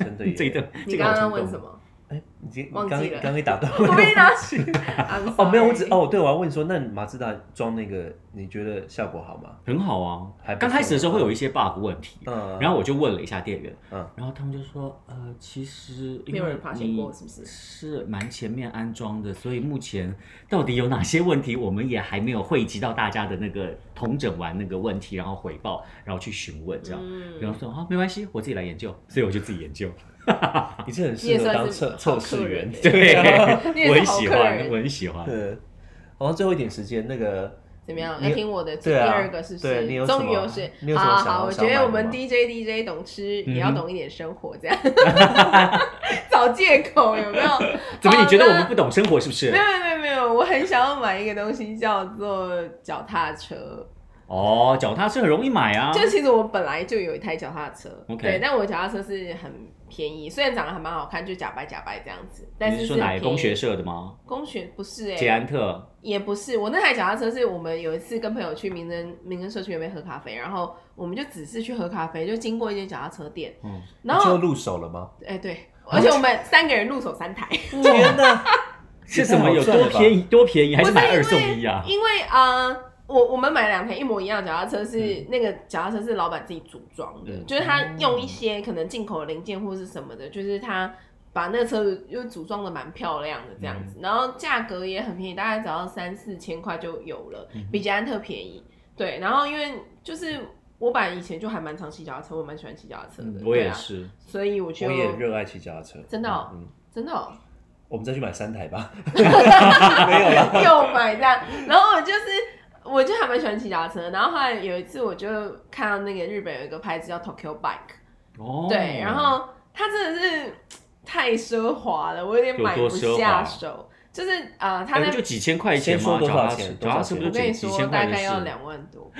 Speaker 1: 真的耶
Speaker 3: 这一段，
Speaker 2: 你
Speaker 3: 这个好
Speaker 2: 刚
Speaker 3: 冲
Speaker 2: 刚
Speaker 3: 动
Speaker 2: 问什？么？
Speaker 1: 哎，你今
Speaker 2: 忘
Speaker 1: 刚
Speaker 2: 记
Speaker 1: 刚
Speaker 2: 了
Speaker 1: 刚给打断
Speaker 2: 我
Speaker 1: 了。
Speaker 2: 没 拿去，I'm
Speaker 1: 哦，没有，我只
Speaker 2: sorry，
Speaker 1: 哦，对，我要问说，那马自达装那个，你觉得效果好吗？
Speaker 3: 很好啊
Speaker 1: 还，不错
Speaker 3: 刚开始的时候会有一些 bug 问题，
Speaker 1: 嗯
Speaker 3: 然后我就问了一下店员，
Speaker 1: 嗯
Speaker 3: 然后他们就说，呃，其实因
Speaker 2: 没有
Speaker 3: 为
Speaker 2: 人发现
Speaker 3: 你
Speaker 2: 过是不是
Speaker 3: 是蛮前面安装的，所以目前到底有哪些问题，我们也还没有汇集到大家的那个统整完那个问题，然后回报，然后去询问这样，
Speaker 2: 嗯
Speaker 3: 然后说啊没关系，我自己来研究，所以我就自己研 究，
Speaker 1: 你这很
Speaker 2: 你
Speaker 1: 适
Speaker 2: 也
Speaker 1: 合
Speaker 2: 算
Speaker 1: 当
Speaker 2: 是
Speaker 1: 测
Speaker 2: 好
Speaker 1: 测
Speaker 2: 客
Speaker 1: 试员
Speaker 2: 人。欸
Speaker 3: 对，
Speaker 2: 你也是
Speaker 3: 我很
Speaker 2: 好
Speaker 3: 喜
Speaker 2: 客
Speaker 3: 欢，
Speaker 2: 人
Speaker 3: 我很喜欢，
Speaker 1: 对，然后最后一点时间，那个
Speaker 2: 怎么样？
Speaker 1: 你
Speaker 2: 要听我的第
Speaker 1: 对啊
Speaker 2: 二个是不
Speaker 1: 对你有
Speaker 2: 是？
Speaker 1: 什么
Speaker 2: 终于有是
Speaker 1: 你有什
Speaker 2: 好
Speaker 1: 么
Speaker 2: 好
Speaker 1: 想
Speaker 2: 好，我
Speaker 1: 想
Speaker 2: 觉
Speaker 1: 买
Speaker 2: 得
Speaker 1: 的
Speaker 2: 我们
Speaker 1: 吗
Speaker 2: DJ DJ 懂吃，也要
Speaker 3: 嗯哼
Speaker 2: 懂一点生活，这样找借口有没有？
Speaker 3: 怎么你觉得我们
Speaker 2: 好
Speaker 3: 不懂生活是不是
Speaker 2: 那没？有没有没有没有，我很想要买一个东西叫做脚踏车。
Speaker 3: 哦，脚踏车很容易买啊，
Speaker 2: 就其实我本来就有一台脚踏车
Speaker 3: OK
Speaker 2: 对，但我脚踏车是很便宜，虽然长得还蛮好看，就假白假白这样子，但
Speaker 3: 你
Speaker 2: 是
Speaker 3: 是说
Speaker 2: 很
Speaker 3: 哪个
Speaker 2: 便宜
Speaker 3: 工学？社的吗？
Speaker 2: 工学不是哎、
Speaker 3: 捷安特
Speaker 2: 也不是，我那台脚踏车是我们有一次跟朋友去名人名人社区那边喝咖啡，然后我们就只是去喝咖啡，就经过一间脚踏车店，
Speaker 3: 嗯
Speaker 2: 然
Speaker 1: 就
Speaker 2: 后
Speaker 1: 入手了吗？
Speaker 2: 哎、对，而且我们三个人入手三台，
Speaker 1: 天 哪，
Speaker 3: 是什么？有
Speaker 1: 这太好赚了
Speaker 3: 多
Speaker 1: 吧
Speaker 3: 便宜？多便宜？还是买
Speaker 2: 不
Speaker 3: 二
Speaker 2: 是因
Speaker 3: 送
Speaker 2: 为
Speaker 3: 一啊？
Speaker 2: 因为呃，我我们买两台一模一样的脚踏车是，那个脚踏车是老板自己组装的，
Speaker 3: 嗯
Speaker 2: 就是他用一些可能进口的零件或是什么的，就是他把那个车子又组装的蛮漂亮的这样
Speaker 3: 嗯
Speaker 2: 子，然后价格也很便宜，大概只要三四千块就有了，
Speaker 3: 嗯
Speaker 2: 比捷安特便宜。对，然后因为就是我本来以前就还蛮常骑脚踏车，我蛮喜欢骑脚踏车的，
Speaker 3: 嗯我
Speaker 2: 对
Speaker 3: 也
Speaker 2: 啊，
Speaker 3: 是，
Speaker 2: 所以
Speaker 3: 啊
Speaker 2: 我就
Speaker 1: 我也热爱骑脚踏车，
Speaker 2: 真的哦
Speaker 1: 嗯，嗯
Speaker 2: 真的、哦。
Speaker 1: 我们再去买三台 吧。
Speaker 2: 又买这样，然后我就是，我就还蛮喜欢骑脚踏车。然后后来有一次，我就看到那个日本有一个牌子叫 Tokyo Bike，、
Speaker 3: 哦，
Speaker 2: 对，然后它真的是太奢华了，我有点买不下手。就是呃，它
Speaker 3: 哎
Speaker 2: 那
Speaker 3: 不就几千块
Speaker 1: 先
Speaker 3: 钱吗？
Speaker 1: 说多
Speaker 3: 脚
Speaker 1: 少
Speaker 3: 踏车，
Speaker 1: 钱
Speaker 3: 脚踏车不就
Speaker 2: 我跟
Speaker 3: 几
Speaker 2: 你
Speaker 3: 几
Speaker 2: 说，
Speaker 3: 千
Speaker 2: 大
Speaker 3: 块的
Speaker 2: 概要
Speaker 3: 事？
Speaker 2: 两万多，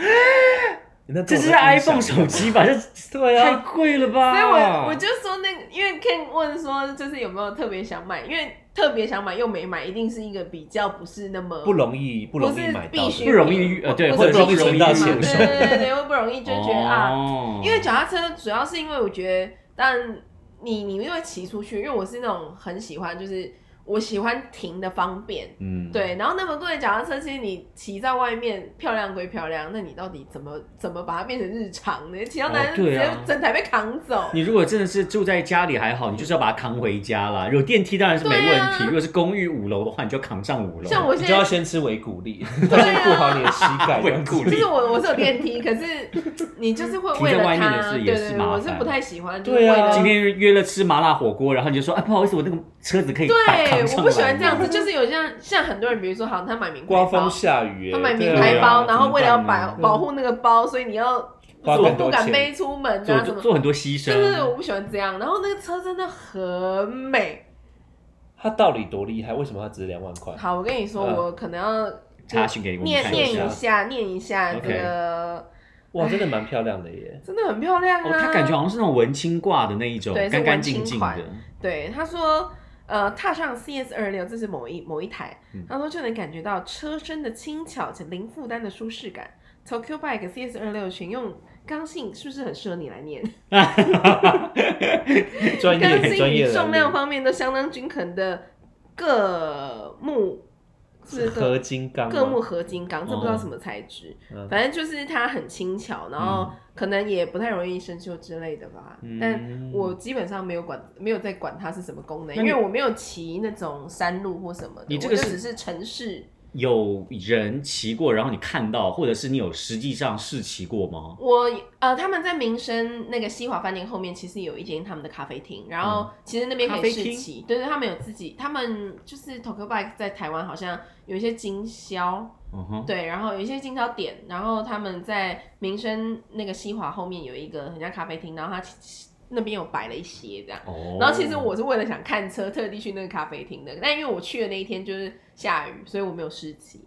Speaker 1: 那跟
Speaker 3: 这
Speaker 1: 我
Speaker 3: 是
Speaker 1: 的音
Speaker 3: iPhone
Speaker 1: 响
Speaker 3: 手机吧？这
Speaker 1: 对
Speaker 3: 太
Speaker 1: 啊，
Speaker 3: 贵了吧？
Speaker 2: 所以我我就说那个，因为 Ken 问说就是有没有特别想买，因为特别想买又没买，一定是一个比较不是那么
Speaker 1: 不容易，不容易
Speaker 2: 是
Speaker 1: 买到
Speaker 2: 必
Speaker 1: 的。
Speaker 2: 须
Speaker 3: 不容易遇呃对
Speaker 2: 或
Speaker 1: 或者
Speaker 2: 者
Speaker 1: 不容易
Speaker 2: 必须
Speaker 1: 存到
Speaker 2: 嘛
Speaker 1: 钱
Speaker 2: 对对对 对，又不容易就觉得啊，
Speaker 3: 哦
Speaker 2: 因为脚踏车主要是因为我觉得，但你你因为骑出去，因为我是那种很喜欢，就是我喜欢停的方便，
Speaker 3: 嗯，
Speaker 2: 对。然后那么贵的脚踏车，其实你骑在外面漂亮归漂亮，那你到底怎么怎么把它变成日常呢？骑到南
Speaker 3: 哦
Speaker 2: 直
Speaker 3: 对
Speaker 2: 接
Speaker 3: 啊
Speaker 2: 整台被扛 走。
Speaker 3: 你如果真的是住在家里还好，你就是要把它扛回家啦。有电梯当然是没
Speaker 2: 对
Speaker 3: 问
Speaker 2: 啊
Speaker 3: 题，如果是公寓五楼的话，你就扛上五楼。
Speaker 2: 像我
Speaker 1: 你
Speaker 2: 现
Speaker 1: 就要
Speaker 2: 在。
Speaker 1: 先吃维骨力，
Speaker 2: 对啊
Speaker 1: 先顾好你的膝盖。
Speaker 3: 维骨
Speaker 2: 就
Speaker 3: 力
Speaker 2: 是我，我是有电梯，可是你就是会为
Speaker 3: 停在
Speaker 2: 了
Speaker 3: 外面也
Speaker 2: 它，
Speaker 3: 是
Speaker 2: 对
Speaker 3: 也
Speaker 2: 对
Speaker 3: 是
Speaker 2: 对，
Speaker 3: 麻烦
Speaker 2: 我是不太喜欢，就是为
Speaker 1: 对啊
Speaker 2: 了
Speaker 3: 今天约了吃麻辣火锅，然后你就说，哎，不好意思，我那个车子可以把扛
Speaker 2: 对，
Speaker 3: 上
Speaker 2: 我不喜欢
Speaker 3: 来
Speaker 2: 这样子，就是有像像很多人，比如说，好，他买名牌
Speaker 1: 刮
Speaker 2: 包
Speaker 1: 风，下雨、欸，
Speaker 2: 他买名
Speaker 1: 对啊
Speaker 2: 牌
Speaker 3: 对
Speaker 2: 包，
Speaker 3: 啊
Speaker 2: 然后为了要
Speaker 3: 怎么办
Speaker 2: 保
Speaker 3: 呢
Speaker 2: 保护那个包，所以你要
Speaker 1: 花
Speaker 2: 什么
Speaker 1: 更
Speaker 2: 不
Speaker 1: 多
Speaker 2: 敢
Speaker 1: 钱
Speaker 2: 背出门
Speaker 3: 做
Speaker 2: 啊什么，
Speaker 3: 做很多牺牲
Speaker 2: 对。对对，我不喜欢这样。然后那个车真的很美。
Speaker 1: 他到底多厉害？为什么他值两万块？
Speaker 2: 好，我跟你说，
Speaker 1: 嗯
Speaker 2: 我可能要
Speaker 3: 查询给我们
Speaker 2: 念
Speaker 3: 看一
Speaker 2: 念
Speaker 3: 下
Speaker 2: 一。下，念一下
Speaker 3: OK
Speaker 2: 这个，
Speaker 1: 哇，真的蛮漂亮的耶！
Speaker 2: 真的很漂亮
Speaker 3: 哦，
Speaker 2: 啊。
Speaker 3: 他感觉好像是那种文青挂的那一种
Speaker 2: 对，是
Speaker 3: 干干净净
Speaker 2: 文
Speaker 3: 的
Speaker 2: 青。对，他说，呃，踏上 CS 二六，这是某一某一台
Speaker 3: 嗯，
Speaker 2: 他说就能感觉到车身的轻巧且零负担的舒适感。Tokyo Bike CS 二六选用刚性，是不是很适合你来念？
Speaker 1: 专
Speaker 2: 刚
Speaker 1: 业专
Speaker 2: 性
Speaker 1: 业
Speaker 2: 与
Speaker 1: 人
Speaker 2: 重量
Speaker 1: 物，
Speaker 2: 方面都相当均衡的各木，是
Speaker 1: 是
Speaker 2: 各
Speaker 1: 合金刚吗
Speaker 2: 各木合金钢，这不知道
Speaker 3: 哦
Speaker 2: 什么材质，
Speaker 1: 嗯
Speaker 2: 反正就是它很轻巧，然后可能也不太容易生锈之类的吧。
Speaker 3: 嗯
Speaker 2: 但我基本上没有管，没有在管它是什么功能，
Speaker 3: 那
Speaker 2: 因
Speaker 3: 你
Speaker 2: 为我没有骑那种山路或什么的，
Speaker 3: 你这个
Speaker 2: 我就是只是城市，
Speaker 3: 有人骑过，然后你看到，或者是你有实际上试骑过吗？
Speaker 2: 我呃，他们在民生那个西华饭店后面，其实有一间他们的咖啡厅，然
Speaker 1: 嗯
Speaker 2: 后其实那边可
Speaker 3: 咖
Speaker 2: 以
Speaker 3: 啡
Speaker 2: 试
Speaker 3: 厅
Speaker 2: 骑，对对，他们有自己，他们就是 Tokyo Bike 在台湾好像有一些经销，
Speaker 3: 嗯哼，
Speaker 2: 对，然后有一些经销点，然后他们在民生那个西华后面有一个很像咖啡厅，然后他其实那边有摆了一些这样。
Speaker 3: 哦。
Speaker 2: 然后其实我是为了想看车，特地去那个咖啡厅的，但因为我去的那一天就是下雨，所以我没有试骑。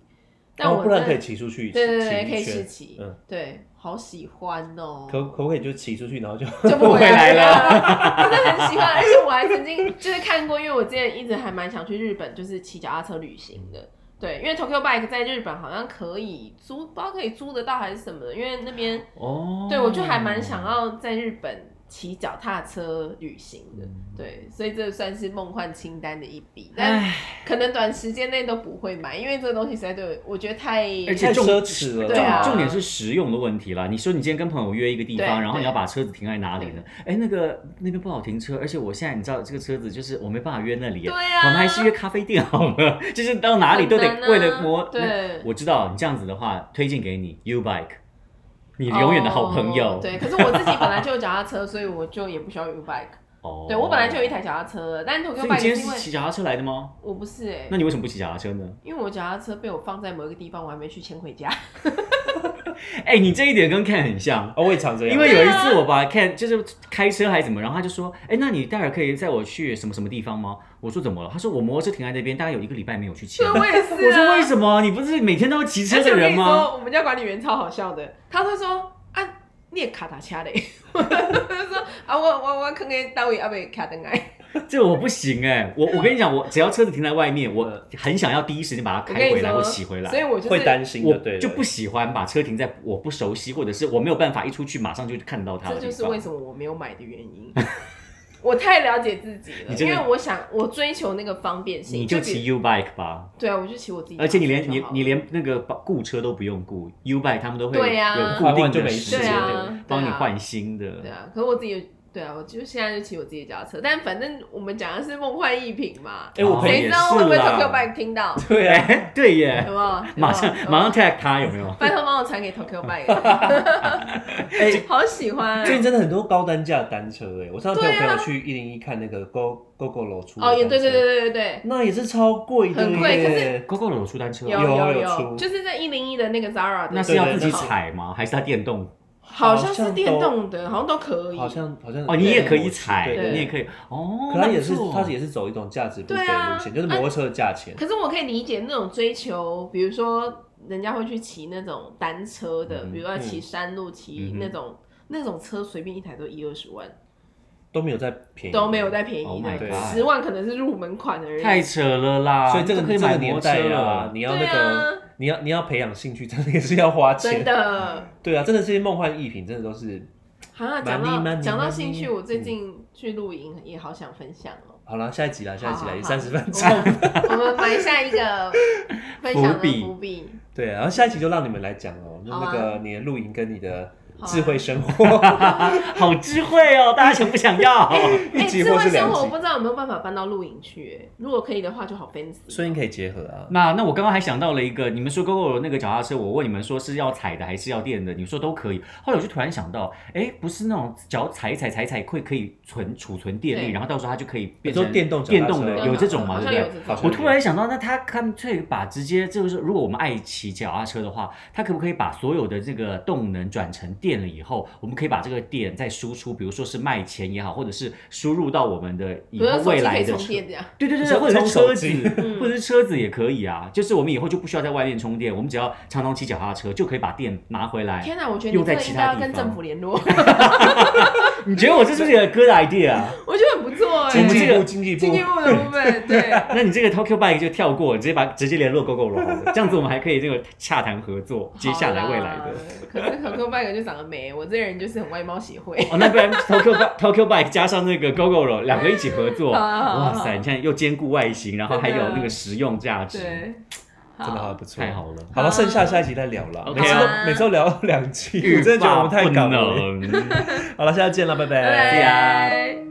Speaker 2: 但
Speaker 1: 哦
Speaker 2: 我
Speaker 1: 不然
Speaker 2: 真
Speaker 1: 可
Speaker 2: 的
Speaker 1: 以骑出去，
Speaker 2: 对对
Speaker 1: 骑
Speaker 2: 对，
Speaker 1: 一
Speaker 2: 可以
Speaker 1: 圈
Speaker 2: 试骑，
Speaker 1: 嗯
Speaker 2: 对，好喜欢哦，
Speaker 1: 可可不可以就骑出去，然后就
Speaker 2: 就不回
Speaker 3: 回来
Speaker 2: 了， 真的很喜欢，而且我还曾经就是看过，因为我之前一直还蛮想去日本，就是骑脚踏车旅行
Speaker 3: 嗯
Speaker 2: 的。对，因为 Tokyo Bike 在日本好像可以租，不知道可以租得到还是什么的，因为那边
Speaker 3: 哦，
Speaker 2: 对我就还蛮想要在日本骑脚踏车旅行的，
Speaker 3: 嗯
Speaker 2: 对，所以这算是梦幻清单的一笔，但
Speaker 3: 唉。
Speaker 2: 可能短时间内都不会买，因为这个东西实在对我我觉得太，
Speaker 3: 而且
Speaker 1: 太
Speaker 3: 重
Speaker 1: 奢侈了。
Speaker 2: 对啊
Speaker 3: 重点是实用的问题啦。你说你今天跟朋友约一个地
Speaker 2: 对
Speaker 3: 方，然后你
Speaker 2: 对
Speaker 3: 要把车子停在哪里呢？哎，那个那边不好停车，而且我现在你知道这个车子就是我没办法约那里，
Speaker 2: 对啊
Speaker 3: 我们还是约咖啡店好了。 就是到哪里都得
Speaker 2: 很难啊
Speaker 3: 为了磨。
Speaker 2: 对
Speaker 3: 我知道你这样子的话，推荐给你 U Bike，你永远的好朋友。
Speaker 2: 哦哦对，可是我自己本来就有脚踏车，所以我就也不需要 U bike。
Speaker 3: 哦，
Speaker 2: 对我本来就有一台脚踏车了，但是 Tokyo
Speaker 3: 所以你
Speaker 2: Bike
Speaker 3: 今天
Speaker 2: 是因
Speaker 3: 是
Speaker 2: 为
Speaker 3: 骑脚踏车来的吗？
Speaker 2: 我不是哎、
Speaker 3: 那你为什么不骑脚踏车呢？
Speaker 2: 因为我脚踏车被我放在某一个地方，我还没去 牵回家。
Speaker 3: 哎、你这一点跟 Ken 很像。
Speaker 1: 哦，我也常
Speaker 2: 啊
Speaker 1: 这样，
Speaker 3: 因为有一次我把 Ken 就是开车还是怎么，然后他就说，哎、那你待会儿可以载我去什么什么地方吗？我说怎么了？他说我摩托车停在那边，大概有一个礼拜没有去骑
Speaker 2: 所以
Speaker 3: 了。
Speaker 2: 我也是、啊。
Speaker 3: 我说为什么？你不是每天都骑车
Speaker 2: 而且
Speaker 3: 的
Speaker 2: 我跟
Speaker 3: 人
Speaker 2: 你
Speaker 3: 吗？
Speaker 2: 说，我们家管理员超好笑的， 他会说啊，你也卡达掐嘞，我就说啊，我我我啊可能单位阿被卡登 来。
Speaker 3: 这我不行哎、我我跟你讲，我只要车子停在外面， 我很想要第一时间把它
Speaker 2: 我
Speaker 3: 开
Speaker 2: 跟你
Speaker 3: 回来
Speaker 2: 说，
Speaker 3: 或骑回来
Speaker 2: 所。以我就是
Speaker 1: 会担心的，对
Speaker 3: 我
Speaker 1: 了，
Speaker 3: 就不喜欢把车停在我不熟悉，或者是我没有办法一出去马上就看到它的
Speaker 2: 这
Speaker 3: 地
Speaker 2: 就是
Speaker 3: 方
Speaker 2: 为。什么我没有买的原因。 我太了解自己了，
Speaker 3: 你
Speaker 2: 因
Speaker 3: 真的
Speaker 2: 为我想我追求那个方便性，
Speaker 3: 你就
Speaker 2: 比
Speaker 3: 骑 U bike 吧，
Speaker 2: 对啊，我就骑我自己的
Speaker 3: 而
Speaker 2: 脚踏车
Speaker 3: 且
Speaker 2: 就
Speaker 3: 你
Speaker 2: 好了，
Speaker 3: 连你你连那个雇车都不用雇，U bike 他们都会
Speaker 2: 对啊
Speaker 3: 有固定
Speaker 1: 换完就
Speaker 3: 的
Speaker 1: 没
Speaker 3: 时
Speaker 1: 事
Speaker 2: 对
Speaker 3: 间
Speaker 2: 啊，
Speaker 1: 对
Speaker 2: 对啊
Speaker 3: 帮你换新的
Speaker 2: 对。啊，可是我自己对啊，我就现在就骑我自己的脚踏车，但反正我们讲的是梦幻一品嘛，
Speaker 1: 哎，我朋友
Speaker 2: 谁
Speaker 1: 也
Speaker 2: 知
Speaker 1: 是
Speaker 2: 道会不会 Tokyo
Speaker 1: 啦，
Speaker 2: Bike 听 到？
Speaker 1: 对啊，
Speaker 3: 哎， 对
Speaker 2: 有没
Speaker 3: 耶，
Speaker 2: 有？
Speaker 3: 马上
Speaker 2: 有没有
Speaker 3: 马上 tag 他有没有？
Speaker 2: 拜托帮我传给 Tokyo Bike，
Speaker 1: 哎，
Speaker 2: 好喜欢
Speaker 1: 最近真的很多高单价的单车哎，我上次陪我
Speaker 2: 嗯对啊
Speaker 1: 朋友去一零一看那个 Go Go Go 楼出的
Speaker 2: 哦！也对
Speaker 1: 单车
Speaker 2: 对对，对对对，
Speaker 1: 那也是超贵的耶，
Speaker 2: 很贵可是
Speaker 3: GoGo 有出单车
Speaker 2: 有
Speaker 3: 啊，
Speaker 1: 有
Speaker 2: 有
Speaker 1: 有出
Speaker 2: 就是在一零一的那个 Zara 的，
Speaker 3: 那是要自己
Speaker 1: 对对对嗯
Speaker 3: 踩吗？还是它电动？
Speaker 2: 好像是电动的，好像都可以。
Speaker 1: 好像好像
Speaker 3: 哦，你也可以踩
Speaker 1: 对，对
Speaker 2: 对
Speaker 3: 你也可以哦。
Speaker 1: 可它
Speaker 3: 那
Speaker 1: 也
Speaker 3: 不
Speaker 1: 是
Speaker 3: 错
Speaker 1: 它也是走一种价值不菲
Speaker 2: 对啊
Speaker 1: 的路线，就是摩托车的价钱。
Speaker 2: 可是我可以理解那种追求，比如说人家会去骑那种单车的，
Speaker 3: 嗯
Speaker 2: 比如说骑山路、骑
Speaker 3: 嗯哼
Speaker 2: 那种那种车，随便一台都一二十万，
Speaker 1: 都没有在便宜，
Speaker 2: 都没有。再便宜
Speaker 3: Oh my
Speaker 2: 的，
Speaker 1: God
Speaker 2: 十万可能是入门款而已。
Speaker 3: 太扯了啦！
Speaker 1: 啊所以这个
Speaker 3: 都可以
Speaker 1: 这
Speaker 3: 买
Speaker 1: 个
Speaker 3: 摩
Speaker 1: 年
Speaker 3: 托车
Speaker 1: 代
Speaker 3: 了
Speaker 1: 啊，。你要那
Speaker 2: 对
Speaker 1: 个
Speaker 2: 啊
Speaker 1: 你要你要培养兴趣， 真的也是要花
Speaker 2: 真
Speaker 1: 钱。
Speaker 2: 的，
Speaker 1: 对啊，真的这些梦幻逸品，真的都是
Speaker 2: 好像讲
Speaker 1: Money,
Speaker 2: 到
Speaker 1: money, 嗯
Speaker 2: 讲到
Speaker 1: money
Speaker 2: 兴趣，我最近去露营也好想分享哦。
Speaker 1: 好了，下一集啦，下一集
Speaker 2: 好好
Speaker 1: 来
Speaker 2: 好
Speaker 1: 三十分钟。
Speaker 2: 我们我们埋下一个分享的伏笔，
Speaker 1: 对，啊然后下一集就让你们来讲哦，就
Speaker 2: 好
Speaker 1: 那
Speaker 2: 啊
Speaker 1: 个你的露营跟你的
Speaker 2: 好 啊
Speaker 1: 智慧生 活，
Speaker 3: 哎好智慧哦，大家想不想要？
Speaker 1: 一
Speaker 2: 哎，
Speaker 1: 集
Speaker 2: 智
Speaker 1: 或
Speaker 2: 慧
Speaker 1: 是两
Speaker 2: 生活我
Speaker 1: 集，
Speaker 2: 不知道有没有办法搬到露营去，哎如果可以的话就好 fancy。哦
Speaker 1: 所以你可以结合啊。
Speaker 3: 那那我刚刚还想到了一个，你们说 GoGo 那个脚踏车，我问你们说是要踩的还是要电的，你说都可以。后来我就突然想到，哎，不是那种脚踩一踩踩一踩会可以存储存电力，
Speaker 2: 对
Speaker 3: 然后到时候它就可以变
Speaker 1: 你说
Speaker 3: 成
Speaker 1: 电动脚踏车
Speaker 3: 电动的，有这种吗？
Speaker 2: 好
Speaker 3: 对不
Speaker 2: 像
Speaker 3: 对
Speaker 2: 有？这
Speaker 1: 好
Speaker 2: 种
Speaker 1: 像
Speaker 3: 我突然想到，那他干脆把直接就是，如果我们爱骑脚踏车的话，他可不可以把所有的这个动能转成电了以后，我们可以把这个电再输出，比如说是卖钱也好，或者是输入到我们的以
Speaker 2: 比如
Speaker 3: 后
Speaker 2: 说手
Speaker 3: 未
Speaker 2: 机可
Speaker 3: 来
Speaker 2: 以
Speaker 3: 的
Speaker 2: 充
Speaker 3: 车
Speaker 2: 电这样，
Speaker 3: 对对
Speaker 1: 你
Speaker 3: 对，
Speaker 1: 说
Speaker 3: 或者是
Speaker 1: 充
Speaker 3: 车
Speaker 1: 手
Speaker 3: 子
Speaker 1: 机，
Speaker 2: 嗯
Speaker 3: 或者是车子也可以啊。就是我们以后就不需要在外面充电，我们只要常常骑脚踏车就可以把电拿回来。
Speaker 2: 天哪，我觉得你
Speaker 3: 用
Speaker 2: 这
Speaker 3: 哎在
Speaker 2: 个
Speaker 3: 其
Speaker 2: 应
Speaker 3: 他
Speaker 2: 该要
Speaker 3: 地
Speaker 2: 跟
Speaker 3: 方
Speaker 2: 政府联络，
Speaker 3: 你觉得我这是不是个 good idea 啊？
Speaker 2: 我觉得很不 错哎。
Speaker 1: 经济
Speaker 3: 这
Speaker 1: 部，
Speaker 3: 个
Speaker 1: 经济
Speaker 2: 经
Speaker 1: 部
Speaker 2: 济，部的部分，对，
Speaker 3: 那你这个 Tokyo Bike 就跳过，直接把直接联络 GoGo 了好了，这样子我们还可以这个洽谈合作， 接下来未来
Speaker 2: 好
Speaker 3: 的
Speaker 2: 啦。。可是可可拜个就长得美，我这人就是很外貌协会。
Speaker 3: 哦，那不然 Tokyo Bike- Tokyo Bike 加上那个 GoGo 了，两个一起合作，
Speaker 2: 好啊好啊
Speaker 3: 哇
Speaker 2: 好啊
Speaker 3: 塞！你看又兼顾外形，然后还有那个实用价值，
Speaker 2: 对，
Speaker 1: 真的还不错，
Speaker 3: 太。好了。
Speaker 1: 好了，剩下下一集再聊了，
Speaker 3: OK
Speaker 1: 每次都
Speaker 2: 好啊
Speaker 1: 每次都聊两集，我真的觉得我们太
Speaker 3: 欲罢
Speaker 1: 搞
Speaker 3: 不
Speaker 1: 了。
Speaker 3: 能。
Speaker 1: 好了，下次见了，拜
Speaker 2: 拜
Speaker 3: 对啊
Speaker 2: 拜。